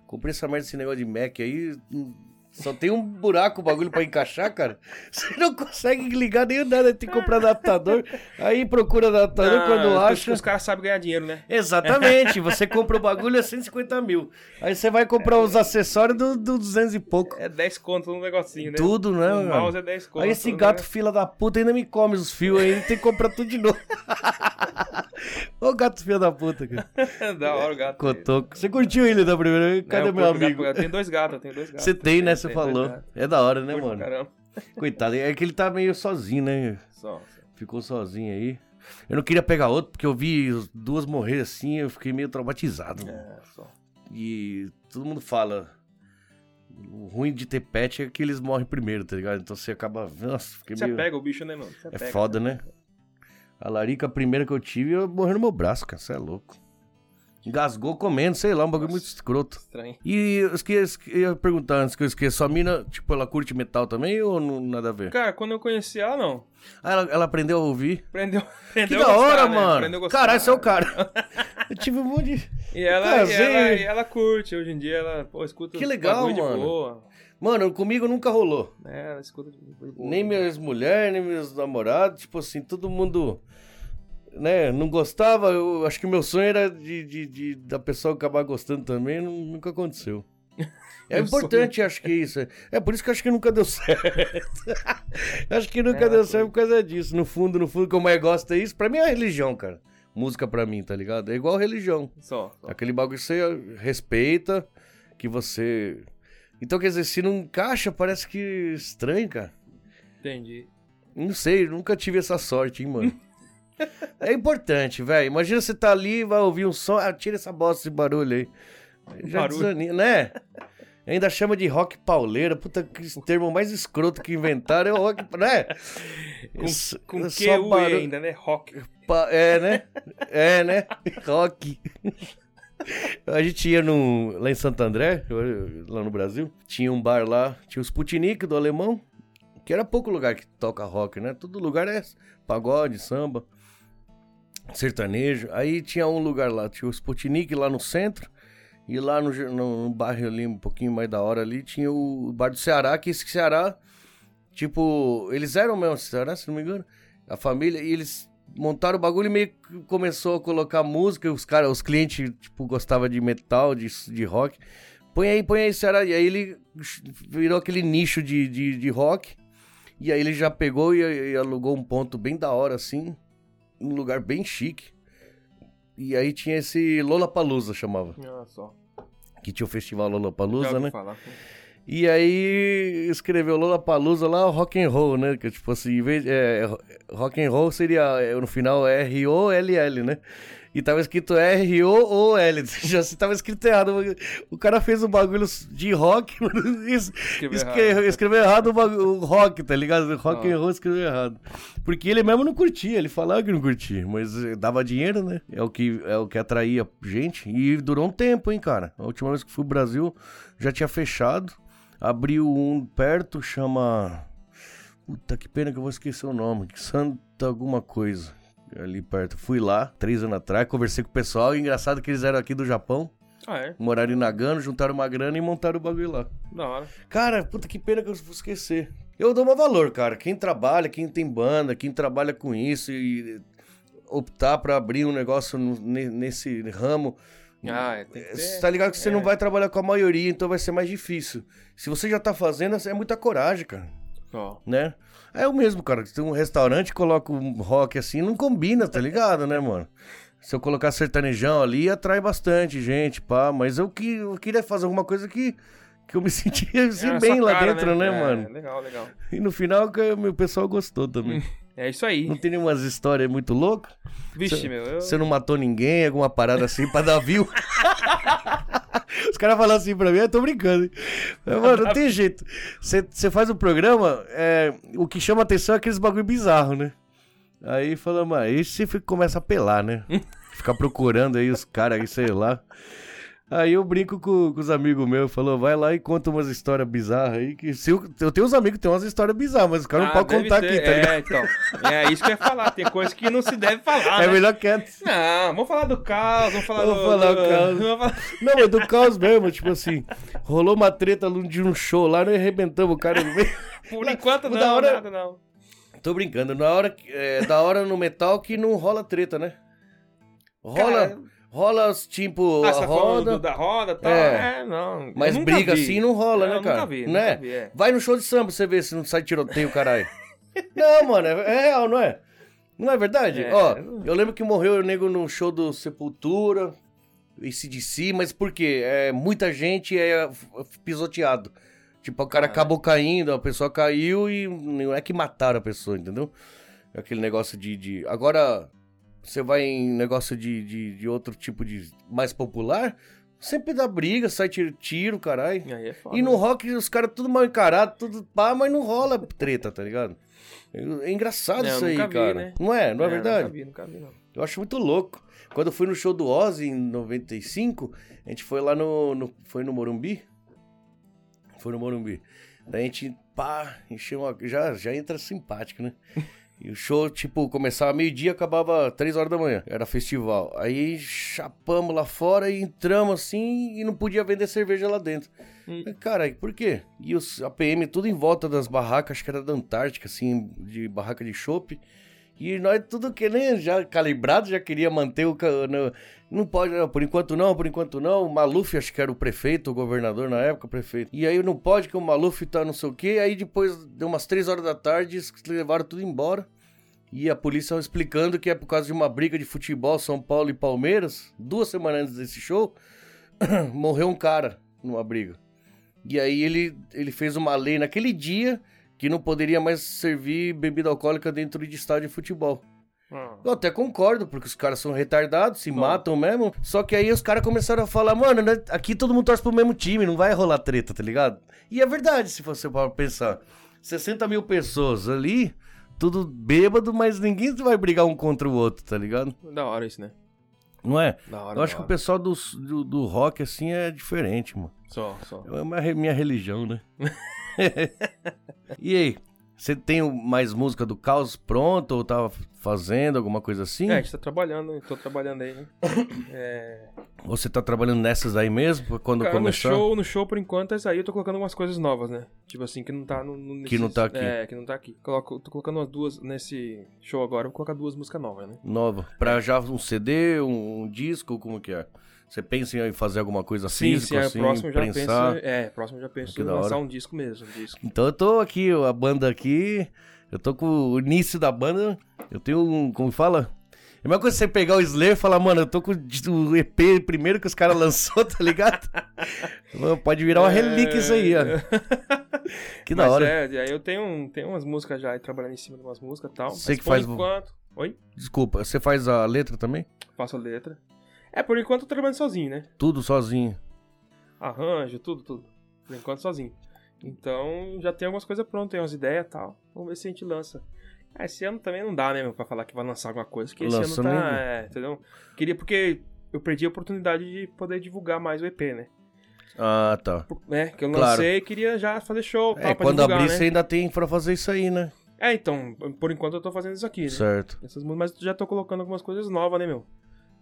A: Comprei essa merda desse negócio de Mac aí. hum, Só tem um buraco o bagulho pra encaixar, cara. (laughs) Você não consegue ligar nem nada, tem que comprar adaptador. Aí procura adaptador
B: Ah,
A: quando
B: os-
A: acha.
B: Os caras sabem ganhar dinheiro, né?
A: Exatamente, você compra o bagulho é 150 mil. Aí você vai comprar os acessórios do, do 200 e pouco.
B: É 10 conto num negocinho, né?
A: Tudo, né,
B: O
A: mano?
B: mouse é 10 conto.
A: Aí esse
B: né?
A: gato fila da puta ainda me come os fios aí, tem que comprar tudo de (laughs) novo. Ô gato fila da puta, cara.
B: (laughs) da hora o gato.
A: Cotoco. Você curtiu ele da primeira vez? Cadê
B: eu
A: meu
B: curto gato,
A: amigo?
B: Eu tenho dois gatos, eu tenho dois gatos.
A: Você tem, né?
B: Eu
A: Você
B: tenho dois
A: falou.
B: gatos.
A: É da hora, né,
B: Curto pra
A: mano?
B: Caramba.
A: Coitado, é que ele tá meio sozinho, né?
B: Só, só.
A: Ficou sozinho aí. Eu não queria pegar outro, porque eu vi as duas morrer assim, eu fiquei meio traumatizado. mano.
B: É, só.
A: E todo mundo fala. O ruim de ter pet é que eles morrem primeiro, tá ligado? Então você acaba. Nossa, fiquei
B: Você
A: meio.
B: pega o bicho, né, mano? Você
A: É
B: pega.
A: foda, né? A larica primeira que eu tive, eu morri no meu braço, cara. Você é louco. Engasgou comendo, sei lá, um bagulho muito escroto.
B: Estranho.
A: E eu, esqueci, eu ia perguntar antes que eu esqueça, sua mina, tipo, ela curte metal também ou não, nada a ver?
B: Cara, quando eu conheci ela, não.
A: Ah, ela, ela aprendeu a ouvir.
B: (laughs) Prendeu.
A: Que
B: prendeu
A: da hora,
B: Prendeu
A: mano.
B: né? gostar.
A: Caralho, você é o
B: (laughs)
A: cara. Eu tive um monte de.
B: E ela, e,
A: Prazer.
B: ela, e ela curte. Hoje em dia ela pô, escuta
A: Que
B: os
A: legal,
B: bagulho
A: mano.
B: de boa.
A: Mano, comigo nunca rolou.
B: É, ela escuta de de boa.
A: Nem minhas mulheres, nem meus namorados, tipo assim, todo mundo, né, não gostava. Eu acho que o meu sonho era de, de- de- da pessoa acabar gostando também, nu- nunca
B: (laughs)
A: aconteceu. É
B: Meu
A: importante, acho que isso. é- É por isso que eu acho que nunca deu (laughs) certo. acho que nunca
B: É,
A: deu
B: foi.
A: certo por causa disso. No fundo, no fundo, o que eu mais gosto é isso. Pra mim é religião, cara. Música pra mim, tá ligado? É igual religião.
B: Só, só.
A: Aquele bagulho que você respeita, que você. Então, quer dizer, se não encaixa, parece que estranho, cara.
B: Entendi.
A: Não sei, nunca tive essa sorte, hein, mano. é importante, velho. Imagina você tá ali, vai ouvir um som, ah, tira essa bosta de barulho aí. Já
B: Barulho.
A: desanima, né? Ainda chama de rock pauleira, puta, que termo mais escroto que inventaram é o rock, né? Isso-
B: Com
A: é só
B: QUE
A: barulho-
B: ainda, né? Rock.
A: Pa- É, né? É, né? Rock. A gente ia num, lá em Santo André, eu- lá no Brasil, tinha um bar lá, tinha o Sputnik do alemão, que era pouco lugar que toca rock, né? Todo lugar é pagode, samba, sertanejo. Aí tinha um lugar lá, tinha o Sputnik lá no centro, e lá no, ge- no, no bairro ali, um pouquinho mais da hora ali, tinha o bar do Ceará, que esse Ceará, tipo, eles eram mesmo do Ceará, se não me engano, a família, e eles montaram o bagulho e meio que começou a colocar música, os cara, os clientes, tipo, gostavam de metal, de, de rock. Põe aí, põe aí, Ceará. E aí ele virou aquele nicho de, de, de rock. E aí ele já pegou e, e alugou um ponto bem da hora, assim, um lugar bem chique. E aí tinha esse Lollapalooza, chamava.
B: Olha é só.
A: Que tinha o festival Lollapalooza,
B: Já
A: né?
B: ouvi falar.
A: E aí escreveu Lollapalooza lá, rock and roll, né? Que tipo assim, em vez, é, rock and roll seria é, no final R-O-L-L, né? E tava escrito R-O-O-L, (laughs) já se tava escrito errado. O cara fez um bagulho de rock, (laughs) mano, e es-
B: Escreveu
A: esque-
B: errado.
A: escreveu errado o, bagulho, o rock, tá ligado? Rock
B: Ah.
A: and roll escreveu errado. Porque ele mesmo não curtia, ele falava que não curtia, mas eh, dava dinheiro, né? É o que, é o que atraía gente. E durou um tempo, hein, cara? A última vez que fui pro Brasil já tinha fechado. Abriu um perto, chama. Puta que pena que eu vou esquecer o nome. Santa alguma coisa. Ali perto. Fui lá, três anos atrás, conversei com o pessoal. E engraçado que eles eram aqui do Japão,
B: Ah, é?
A: moraram em Nagano, juntaram uma grana e montaram o bagulho lá.
B: Da hora.
A: Cara, puta que pena que eu vou esquecer. Eu dou um valor, cara. Quem trabalha, quem tem banda, quem trabalha com isso e optar pra abrir um negócio no- ne- nesse ramo.
B: Ah, é, tem que
A: Você
B: ter-
A: tá ligado que você
B: é.
A: não vai trabalhar com a maioria, então vai ser mais difícil. Se você já tá fazendo, é muita coragem, cara,
B: Ó.
A: né? É o mesmo, cara. Tem um restaurante, coloca um rock assim, não combina, tá ligado, né, mano? Se eu colocar sertanejão ali, atrai bastante gente, pá. Mas eu, que, eu queria fazer alguma coisa que, que eu me (laughs) sentia assim,
B: É,
A: bem
B: essa
A: lá
B: cara,
A: dentro, né,
B: É,
A: mano?
B: Legal, legal.
A: E no final, que o meu pessoal gostou
B: (laughs)
A: também.
B: É isso aí.
A: Não tem nenhumas histórias muito loucas?
B: Vixe, meu. Eu...
A: Você não matou ninguém, alguma parada assim pra dar view. (laughs) Os caras falam assim pra mim, eu tô brincando. hein? Mas, mano, não tem jeito. Você você faz um programa, é, o que chama atenção é aqueles bagulho bizarro, né? Aí fala, mas aí você fica- começa a pelar, (laughs) né? Ficar procurando aí os caras aí, sei lá. Aí eu brinco com, com os amigos meus, falou, vai lá e conta umas histórias bizarras aí. Que se eu, eu tenho uns amigos que tem umas histórias bizarras, mas os caras
B: Ah,
A: não podem
B: deve
A: contar
B: ter,
A: aqui, tá ligado?
B: É, então. É isso que eu ia falar. Tem coisa que não se deve falar.
A: É
B: né?
A: melhor quieto.
B: Não, vamos falar do caos, vamos falar
A: Vamos
B: do.
A: falar
B: do-
A: o caos.
B: (laughs) vamos falar-
A: Não, é do caos mesmo, tipo assim, rolou uma treta de um show lá, nós arrebentamos o cara no meio.
B: Por enquanto,
A: O
B: não,
A: da hora- é
B: nada não.
A: (laughs) Tô brincando, na hora, que- é, da hora no metal que não rola treta, né? Rola,
B: Cara,
A: rola tipo
B: ah,
A: a
B: você tá falando do-
A: roda,
B: da roda e tal.
A: É.
B: É, não. eu
A: mas
B: nunca
A: briga
B: vi.
A: assim não rola,
B: É,
A: né,
B: eu
A: cara?
B: Nunca vi,
A: né?
B: nunca vi, é.
A: Vai no show de samba pra você ver se não sai tiroteio, caralho. (laughs) não, mano, é real, não é? Não é verdade?
B: É.
A: Ó, eu lembro que morreu o nego no show do Sepultura, esse de si, mas por quê? É, muita gente é f- f- pisoteado. Tipo, o cara
B: Ah.
A: acabou caindo, a pessoa caiu e não é que mataram a pessoa, entendeu? É Aquele negócio de. de... Agora, você vai em negócio de, de, de outro tipo de. mais popular, sempre dá briga, sai tiro, tiro caralho.
B: E aí é foda.
A: E no rock os caras tudo mal encarado, tudo pá, mas não rola treta, tá ligado? É engraçado
B: É, eu
A: isso aí,
B: nunca vi,
A: cara.
B: né?
A: Não é? Não é, verdade?
B: Nunca vi, nunca vi, não.
A: Eu acho muito louco. Quando eu fui no show do Ozzy em 95, a gente foi lá no. no- foi no Morumbi? Foi no Morumbi. Daí a gente, pá, encheu uma. Já, já entra simpático, né? E o show, tipo, começava meio-dia, acabava três horas da manhã. Era festival. Aí chapamos lá fora e entramos assim e não podia vender cerveja lá dentro.
B: Hum.
A: Falei, Cara, por quê? E os APM tudo em volta das barracas, acho que era da Antártica, assim, de barraca de chopp. E nós tudo que nem já calibrado, já queria manter o. ca- Não, não pode, não, por enquanto não, por enquanto não. O Maluf, acho que era o prefeito, o governador na época, o prefeito. E aí não pode, que o Maluf tá não sei o quê. Aí depois, deu umas três horas da tarde, eles levaram tudo embora. E a polícia explicando que é por causa de uma briga de futebol São Paulo e Palmeiras, duas semanas antes desse show, (clears throat) morreu um cara numa briga. E aí ele, ele fez uma lei naquele dia que não poderia mais servir bebida alcoólica dentro de estádio de futebol.
B: Ah.
A: Eu até concordo, porque os caras são retardados, se
B: Bom.
A: matam mesmo. Só que aí os caras começaram a falar, mano, né, aqui todo mundo torce pro mesmo time, não vai rolar treta, tá ligado? E é verdade, se você for pensar. 60 mil pessoas ali, tudo bêbado, mas ninguém vai brigar um contra o outro, tá ligado?
B: Da hora isso, né?
A: Não é?
B: Da hora.
A: Eu acho
B: da
A: que o
B: hora.
A: pessoal do, do, do rock, assim, é diferente, mano.
B: Só, só.
A: É uma re- minha religião, né? (laughs) e aí? Você tem o- mais música do Caos pronto ou tava fazendo alguma coisa assim?
B: É, a gente tá trabalhando, tô trabalhando aí, né? É,
A: Ou você tá trabalhando nessas aí mesmo, pra quando
B: cara, no
A: começar?
B: show, no show, por enquanto, essa aí eu tô colocando umas coisas novas, né? Tipo assim, que não tá no. no-
A: Que não tá aqui.
B: É, que não tá aqui. Coloco, tô colocando umas duas. Nesse show agora, eu vou colocar duas músicas novas, né?
A: Nova. Pra já um CD, um, um disco, como que é? Você pensa em fazer alguma coisa física,
B: é,
A: assim,
B: próximo eu já
A: prensar?
B: penso. É, próximo eu já penso
A: Que
B: em
A: da
B: lançar
A: hora.
B: um disco mesmo. Um disco.
A: Então eu tô aqui, ó, a banda aqui. Eu tô com o início da banda. Eu tenho um. Como fala? É a mesma coisa que você pegar o Slayer e falar, mano, eu tô com o di- o EP primeiro que os caras (laughs) lançou, tá
B: (laughs)
A: ligado? Mano, Pode virar uma relíquia isso aí, ó.
B: É.
A: Que da
B: Mas
A: hora.
B: É, e aí eu tenho, um- tenho umas músicas já aí trabalhando em cima de umas músicas e tal.
A: Você
B: mas
A: que
B: por
A: faz o-
B: enquanto. Oi?
A: Desculpa, você faz a letra também?
B: Faço a letra. É, por enquanto eu tô trabalhando sozinho, né?
A: Tudo sozinho.
B: Arranjo, tudo, tudo. Por enquanto sozinho. Então já tem algumas coisas prontas, tem umas ideias e tal. Vamos ver se a gente lança. Ah, esse ano também não dá, né, meu, pra falar que vai lançar alguma coisa, porque esse
A: Lança
B: ano tá.
A: mesmo.
B: É, entendeu? Queria porque eu perdi a oportunidade de poder divulgar mais o EP, né?
A: Ah, tá.
B: Por- né, que eu
A: Claro.
B: lancei e queria já fazer show.
A: É,
B: tal, pra
A: quando
B: divulgar,
A: abrir,
B: né?
A: você ainda tem pra fazer isso aí, né?
B: É, então, por enquanto eu tô fazendo isso aqui, né?
A: Certo.
B: Essas músicas, mas já tô colocando algumas coisas novas, né, meu?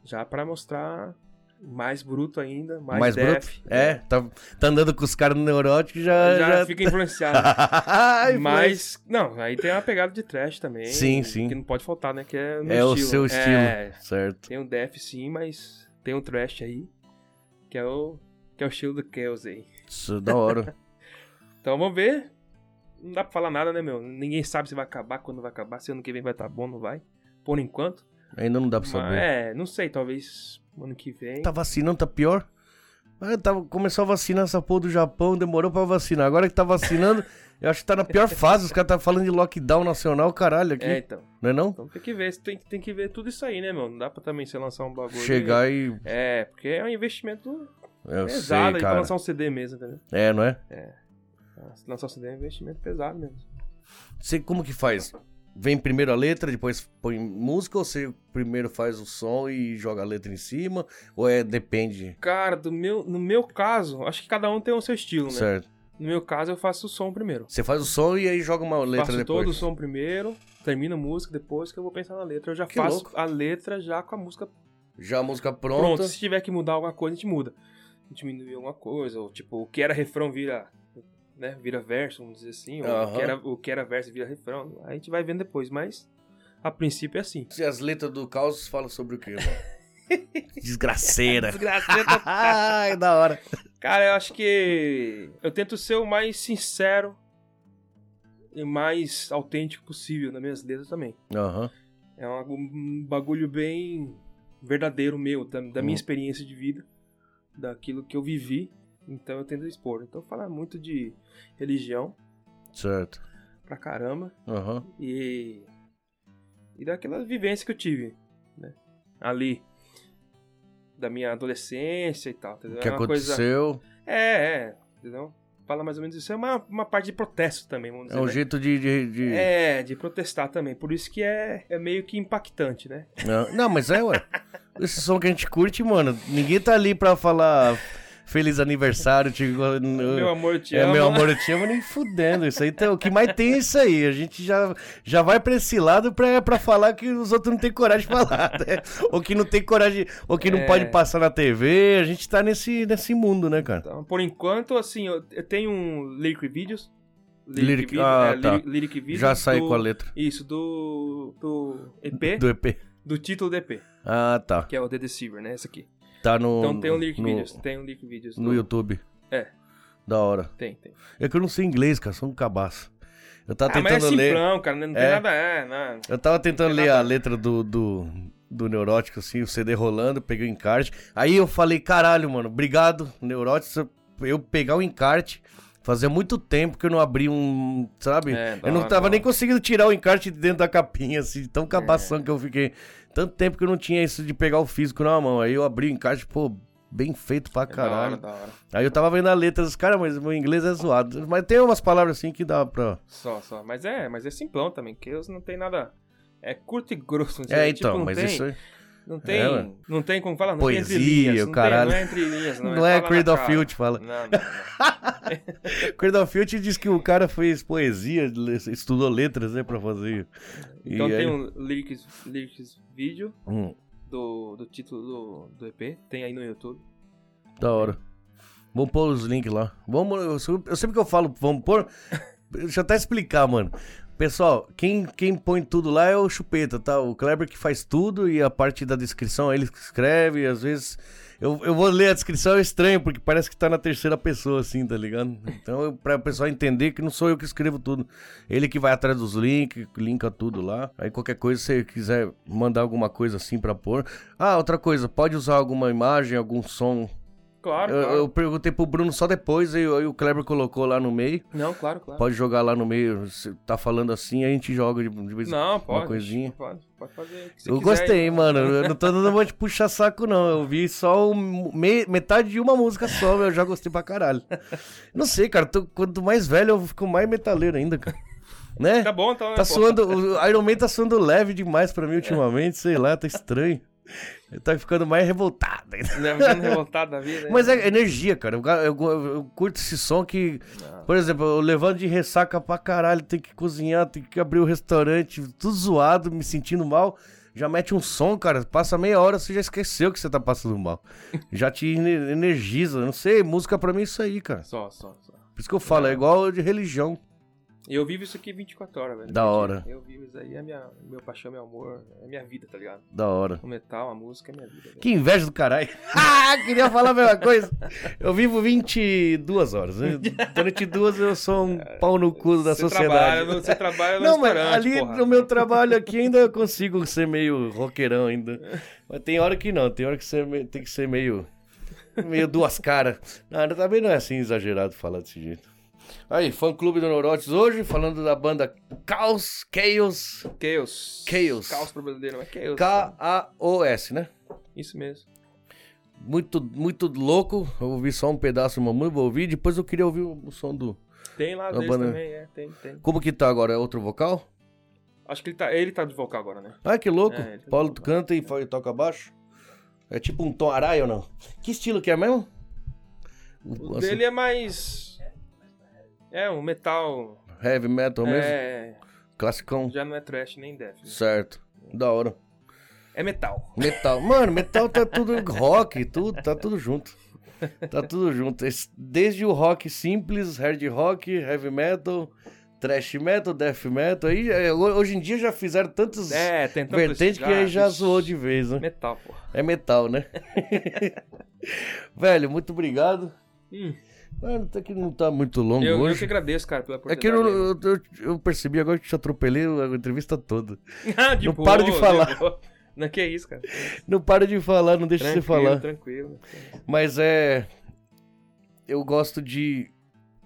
B: Já pra mostrar mais bruto ainda, mais,
A: Mais,
B: def.
A: bruto? É, tá, tá andando com os caras no neurótico já.
B: Já,
A: já... Ah,
B: fica né? influenciado.
A: (laughs) Ai,
B: mas, não, aí tem uma pegada de trash também.
A: Sim, sim.
B: Que não pode faltar, né? Que é, no
A: É o
B: estilo.
A: seu estilo.
B: É,
A: Certo.
B: tem o def sim, mas tem o trash aí, que é o, que é o estilo do Chaos aí.
A: Isso é da hora.
B: Então vamos ver. Não dá pra falar nada, né, meu? Ninguém sabe se vai acabar, quando vai acabar, se ano que vem vai estar bom, não vai. Por enquanto.
A: Ainda não dá pra
B: Mas,
A: saber.
B: é, não sei, talvez ano que vem.
A: Tá vacinando, tá pior. Ah, tava, começou a vacinar essa porra do Japão, demorou pra vacinar. Agora que tá vacinando, eu acho que tá na pior fase. Os caras tá falando de lockdown nacional, caralho, aqui.
B: É, então.
A: Não é não?
B: Então tem que ver, tem, tem que ver tudo isso aí, né, meu? Não dá pra também você lançar um bagulho.
A: Chegar e.
B: É, porque é um investimento
A: Eu
B: pesado
A: sei,
B: aí pra
A: cara.
B: lançar um CD mesmo, entendeu?
A: É, não é?
B: Ah, se Lançar um CD é um investimento pesado mesmo.
A: Você como que faz? Vem primeiro a letra, depois põe música, ou você primeiro faz o som e joga a letra em cima? Ou é depende?
B: Cara, do meu, no meu caso, acho que cada um tem o seu estilo, né?
A: Certo.
B: No meu caso, eu faço o som primeiro.
A: Você faz o som e aí joga uma letra
B: faço
A: depois.
B: todo o som primeiro, termino a música depois que eu vou pensar na letra. Eu já
A: Que
B: faço
A: louco.
B: a letra já com a música
A: Já a música
B: Pronto,
A: pronta.
B: se tiver que mudar alguma coisa, a gente muda. Diminui alguma coisa, ou tipo, o que era refrão vira, né, vira verso, vamos dizer assim, ou
A: Aham.
B: o, que era, o que era verso vira refrão. Aí a gente vai vendo depois, mas a princípio é assim.
A: E as letras do caos falam sobre o quê, mano? (laughs) Desgraceira.
B: Desgraçado.
A: Ai, da hora.
B: (laughs) Cara, eu acho que eu tento ser o mais sincero e mais autêntico possível nas minhas letras também.
A: Aham.
B: É um, um bagulho bem verdadeiro meu, da, da
A: Uhum.
B: minha experiência de vida, daquilo que eu vivi. Então eu tento expor. Então falar muito de religião
A: Certo.
B: pra caramba
A: Aham.
B: e e daquela vivência que eu tive, né? Ali da minha adolescência e tal,
A: O
B: entendeu?
A: que
B: é uma coisa
A: aconteceu
B: É, é, entendeu? Fala mais ou menos isso. É uma, uma parte de protesto também,
A: é
B: vamos dizer.
A: um
B: né?
A: jeito de. de- de-
B: É, de protestar também. Por isso que é, é meio que impactante, né?
A: Não, não, mas é, ué. Esse som que a gente curte, mano. Ninguém tá ali pra falar feliz aniversário. tipo, Te...
B: Meu amor, eu te
A: é,
B: amo.
A: meu amor, eu te amo nem fudendo. Isso aí tá- o que mais tem é isso aí. A gente já, já vai pra esse lado pra, pra falar que os outros não têm coragem de falar. (laughs) né? Ou que não tem coragem, ou que não
B: É.
A: pode passar na TV. A gente tá nesse, nesse mundo, né, cara?
B: Então, por enquanto, assim, eu, eu tenho um Lyric Videos.
A: Lyric-
B: Video- é,
A: ah,
B: Lyric,
A: tá.
B: Lyric Videos.
A: Já saí
B: do-
A: com a letra
B: Isso, do, do EP, do...
A: do EP.
B: título do EP,
A: Ah, tá.
B: que é o The Deceiver, né? Essa aqui.
A: Tá no.
B: Então tem o Lyric
A: no,
B: Videos, tem o Lyric Videos.
A: No
B: do-
A: YouTube.
B: É.
A: Da hora.
B: Tem, tem.
A: É que eu não sei inglês, cara, sou um cabaço. Eu tava
B: ah, mas é
A: tentando ler.
B: simplão, cara, né? não tem
A: É.
B: nada... É, não.
A: Eu tava tentando
B: Não tem
A: ler a
B: nada.
A: letra do, do, do Neurótico, assim, o CD rolando, peguei o encarte. Aí eu falei, caralho, mano, obrigado, Neurótico. se eu- Eu pegar o encarte. Fazia muito tempo que eu não abri um, sabe?
B: É,
A: eu não
B: não,
A: tava
B: não.
A: nem conseguindo tirar o encarte de dentro da capinha, assim, tão
B: É.
A: cabação que eu fiquei. Tanto tempo que eu não tinha isso de pegar o físico na mão. Aí eu abri o encarte, pô, bem feito pra
B: É
A: caralho.
B: Da hora, da hora.
A: Aí eu tava vendo a letra dos caras, mas meu inglês é zoado. Mas tem umas palavras assim que dá pra.
B: Só, só. Mas é, mas é simplão também, que eles não tem nada. É curto e grosso. não sei,
A: É,
B: tipo,
A: então,
B: não
A: mas
B: tem,
A: isso aí.
B: Não tem,
A: É, ué.
B: não tem como falar, não
A: Poesia,
B: tem entre linhas. Não, tem-
A: caralho.
B: não é entre linhas, não.
A: Não é
B: fala na
A: Creed of
B: cara.
A: Field, fala.
B: Não, não, não.
A: Cradlefield diz que o cara fez poesia, le- estudou letras, né, pra fazer. E
B: Então
A: aí-
B: tem um lyrics, lyrics vídeo
A: Hum,
B: do, do título do, do EP, tem aí no YouTube.
A: da hora. Vamos pôr os links lá. Vamos, eu, sou- eu sempre que eu falo, vamos pôr. Deixa eu até explicar, mano. Pessoal, quem, quem põe tudo lá é o Chupeta, tá? O Kleber que faz tudo e a parte da descrição ele que escreve. E às vezes eu, eu vou ler a descrição, é estranho, porque parece que tá na terceira pessoa, assim, tá ligado? Então, eu- pra o pessoal entender que não sou eu que escrevo tudo. Ele que vai atrás dos links, linka tudo lá. Aí qualquer coisa, se você quiser mandar alguma coisa assim pra pôr. Ah, outra coisa, pode usar alguma imagem, algum som.
B: Claro,
A: Eu,
B: claro.
A: eu perguntei pro Bruno só depois, aí, aí o Kleber colocou lá no meio.
B: Não, claro, claro.
A: Pode jogar lá no meio, se tá falando assim, a gente joga de, de vez em
B: Não, pode.
A: coisinha.
B: Pode, pode fazer o que você
A: Eu
B: quiser.
A: gostei, mano. Eu não tô
B: (laughs)
A: dando uma de puxar saco, não. Eu vi só o me- metade de uma música só, eu já gostei pra caralho. Não sei, cara. tô- quanto mais velho, eu fico mais metaleiro ainda, cara. Né?
B: Tá bom, então. né,
A: Tá
B: pô?
A: suando, o Iron Man tá suando leve demais pra mim ultimamente, sei lá, tá estranho. Ele tá ficando mais revoltado. ainda.
B: Né, ficando revoltado da vida. né?
A: Mas é energia, cara. Eu, ga- eu go- eu curto esse som que,
B: Não.
A: por exemplo, eu levanto de ressaca pra caralho, tem que cozinhar, tem que abrir o restaurante, tudo zoado, me sentindo mal. Já mete um som, cara. Passa meia hora, você já esqueceu que você tá passando mal.
B: (laughs)
A: Já te ener- energiza. Não sei, música pra mim é isso aí, cara.
B: Só, só, só.
A: Por isso que eu falo, é igual de religião.
B: Eu vivo isso aqui 24 horas, velho.
A: Da
B: Eu-
A: hora.
B: Eu vivo isso aí, é minha, meu paixão, meu amor, é minha vida, tá ligado?
A: Da hora.
B: O metal, a música é minha vida. velho.
A: Que inveja do caralho. (laughs) Ah, queria falar a mesma coisa. Eu vivo 22 horas. né? Durante duas eu sou um pau no cu da
B: Você Trabalha
A: sociedade.
B: no, você trabalha no
A: Não, mas
B: restaurante,
A: ali
B: porra.
A: no meu trabalho aqui ainda eu consigo ser meio roqueirão ainda. Mas tem hora que não, tem hora que você é me- tem que ser meio meio duas caras. Não, também não é assim exagerado falar desse jeito. Aí, fã clube do Norotes hoje, falando da banda Caos, Chaos,
B: Chaos.
A: Chaos.
B: Caos pro brasileiro, mas Chaos.
A: K A O S, né?
B: Isso mesmo.
A: Muito, muito louco. Eu ouvi só um pedaço, mamãe, vou ouvir. Depois eu queria ouvir o som do.
B: Tem lá
A: A
B: deles
A: banda-
B: também, é, tem, tem.
A: Como que tá agora? É outro vocal?
B: Acho que ele tá, ele tá de vocal agora, né?
A: Ah, que louco.
B: É, ele tá
A: Paulo
B: de vocal.
A: canta e fa- toca baixo. É tipo um tom araia ou não? Que estilo que é mesmo?
B: O
A: Assim,
B: dele é mais. É, um metal.
A: Heavy metal mesmo?
B: É,
A: Classicão.
B: já não é trash nem death. né?
A: Certo. Da hora.
B: É metal.
A: Metal. Mano, metal tá tudo rock, tudo, tá tudo junto. Tá tudo junto. Es- Desde o rock simples, hard rock, heavy metal, thrash metal, death metal. Aí, é, ho- hoje em dia já fizeram tantos
B: É, tentando.
A: vertentes que aí já zoou de vez, né?
B: Metal, porra.
A: É metal, né? Velho, muito obrigado.
B: Hum.
A: Mano, até que não tá muito longo
B: Eu, eu que
A: hoje.
B: agradeço, cara, pela
A: É que
B: oportunidade.
A: eu, eu, eu, eu percebi agora que te atropelei a entrevista toda.
B: (laughs) Ah, de
A: não
B: boa,
A: paro de falar.
B: boa. Não, que isso, cara.
A: Não para de falar, não deixa
B: tranquilo, tá.
A: você falar.
B: Tranquilo.
A: Mas é. Eu gosto de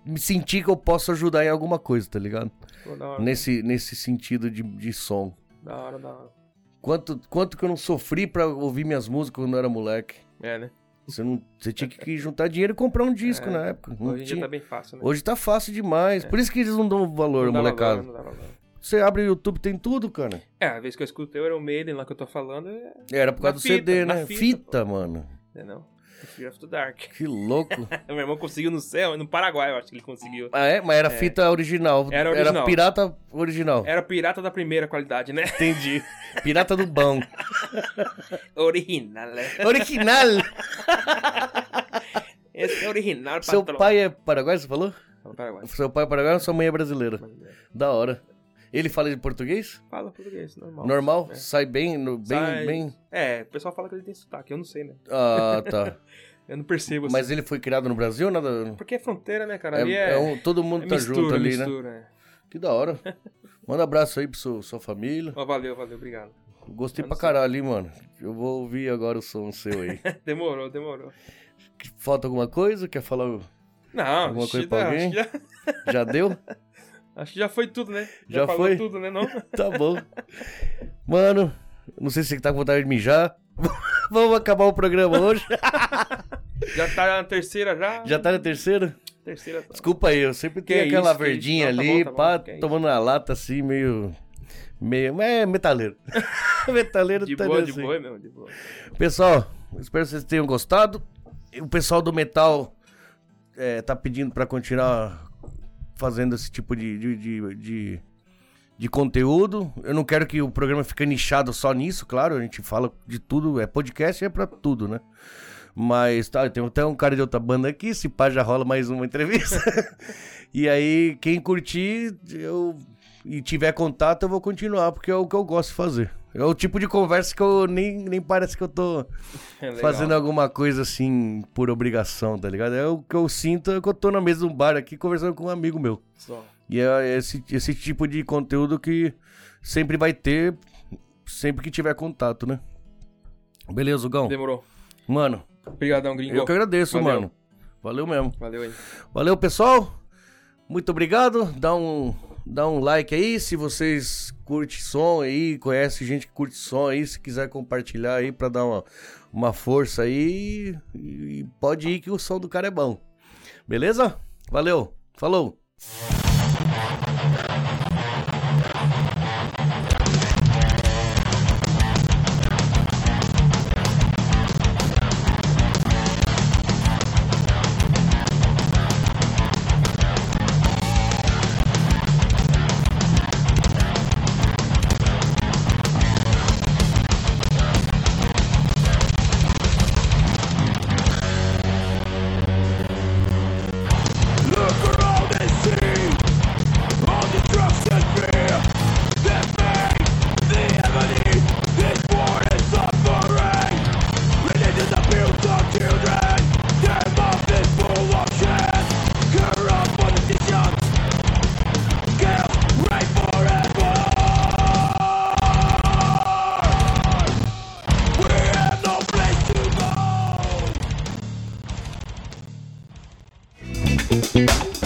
A: me sentir que eu posso ajudar em alguma coisa, tá ligado?
B: Pô, da hora,
A: Nesse, nesse sentido de, de som.
B: da hora, da hora.
A: Quanto, quanto que eu não sofri pra ouvir minhas músicas quando eu era moleque?
B: É, né?
A: Você, não, você tinha que juntar dinheiro e comprar um disco
B: É,
A: na época. Não
B: Hoje em dia
A: tinha.
B: tá bem fácil, né?
A: Hoje tá fácil demais. Por isso que eles não dão valor,
B: É. Não dá
A: molecada.
B: valor, né? não dá valor.
A: Você abre o YouTube, tem tudo, cara.
B: É, a vez que eu escutei o Iron Maiden lá que eu tô falando, é,
A: Era por
B: Na
A: causa do
B: fita,
A: CD,
B: na
A: né?
B: fita,
A: Fita, mano.
B: é não. Fear of the Dark.
A: Que
B: (laughs)
A: louco.
B: Meu irmão conseguiu no céu, no Paraguai, eu acho que ele conseguiu.
A: ah, é? Mas era fita original.
B: Era original. É.
A: pirata original.
B: Era pirata da primeira qualidade, né? (laughs)
A: Entendi. pirata do bom.
B: Original, né?
A: Original.
B: Esse é original,
A: Seu
B: (laughs) patrão.
A: pai é paraguai, você falou?
B: Não, Paraguai.
A: Seu pai é paraguai, sua mãe é brasileira. Da hora. Ele fala de português?
B: Fala português, normal.
A: Normal?
B: É.
A: Sai bem, no- bem,
B: Sai-
A: bem.
B: É, o pessoal fala que ele tem sotaque, eu não sei, né?
A: Ah,
B: (laughs)
A: tá.
B: Eu não percebo. assim.
A: Mas ele foi criado no Brasil, nada.
B: Porque é fronteira, né, cara?
A: É,
B: Ali é,
A: é um- todo mundo
B: é
A: tá
B: mistura,
A: junto ali, né?
B: mistura, é.
A: Que da hora. Manda abraço aí pra sua, sua família.
B: Ó, valeu, valeu, obrigado. (laughs)
A: Gostei pra
B: Manda sim.
A: caralho, hein, mano. Eu vou ouvir agora o som seu
B: (laughs)
A: aí.
B: Demorou, demorou.
A: Que- Falta alguma coisa? Quer falar?
B: Não,
A: Alguma
B: acho,
A: coisa
B: que
A: pra
B: já, acho,
A: alguém?
B: que já,
A: Já deu?
B: acho que já (laughs) foi tudo, né?
A: Já
B: falou
A: foi?
B: tudo, né? Não?
A: Tá bom. Mano, não sei se você tá com vontade de mijar. (laughs) Vamos acabar o programa hoje.
B: Já tá na terceira já?
A: Já tá na terceira?
B: Terceira tá.
A: Desculpa aí, eu sempre
B: Que
A: tenho
B: isso,
A: aquela
B: que isso.
A: verdinha
B: Não, tá
A: ali,
B: bom, tá bom,
A: pá,
B: que isso.
A: tomando na lata assim, meio Meio, é metaleiro.
B: (laughs)
A: metaleiro
B: De
A: tá
B: boa,
A: assim.
B: de boa mesmo, de boa. (laughs)
A: Pessoal, espero que vocês tenham gostado. E O pessoal do metal é, tá pedindo pra continuar fazendo esse tipo de, de, de, de- de conteúdo. Eu não quero que o programa fique nichado só nisso, claro. A gente fala de tudo, é podcast é pra tudo, né? Mas tá, tem até um cara de outra banda aqui, se pá, já rola mais uma entrevista. (laughs) e aí, quem curtir eu, e tiver contato, eu vou continuar, porque é o que eu gosto de fazer. É o tipo de conversa que eu nem, nem parece que eu tô
B: É legal.
A: fazendo alguma coisa assim por obrigação, tá ligado? É o que eu sinto é que eu tô na mesa de um bar aqui conversando com um amigo meu.
B: Só.
A: E é esse, esse tipo de conteúdo que sempre vai ter, sempre que tiver contato, né? Beleza, Gão?
B: Demorou.
A: Mano,
B: Obrigadão, gringo.
A: eu que agradeço,
B: Valeu.
A: mano. Valeu mesmo.
B: Valeu aí.
A: Valeu, pessoal. Muito obrigado. Dá um, dá um like aí se vocês curtem som aí, conhece gente que curte som aí, se quiser compartilhar aí pra dar uma, uma força aí. E pode ir que o som do cara é bom. Beleza? Valeu. Falou.
C: Look around and see all the drugs and fear, the pain, the agony, this war and suffering. Religious abuse of children, their mouth is full of shit. Corrupt politicians, kill, rape forever. We have no place to go.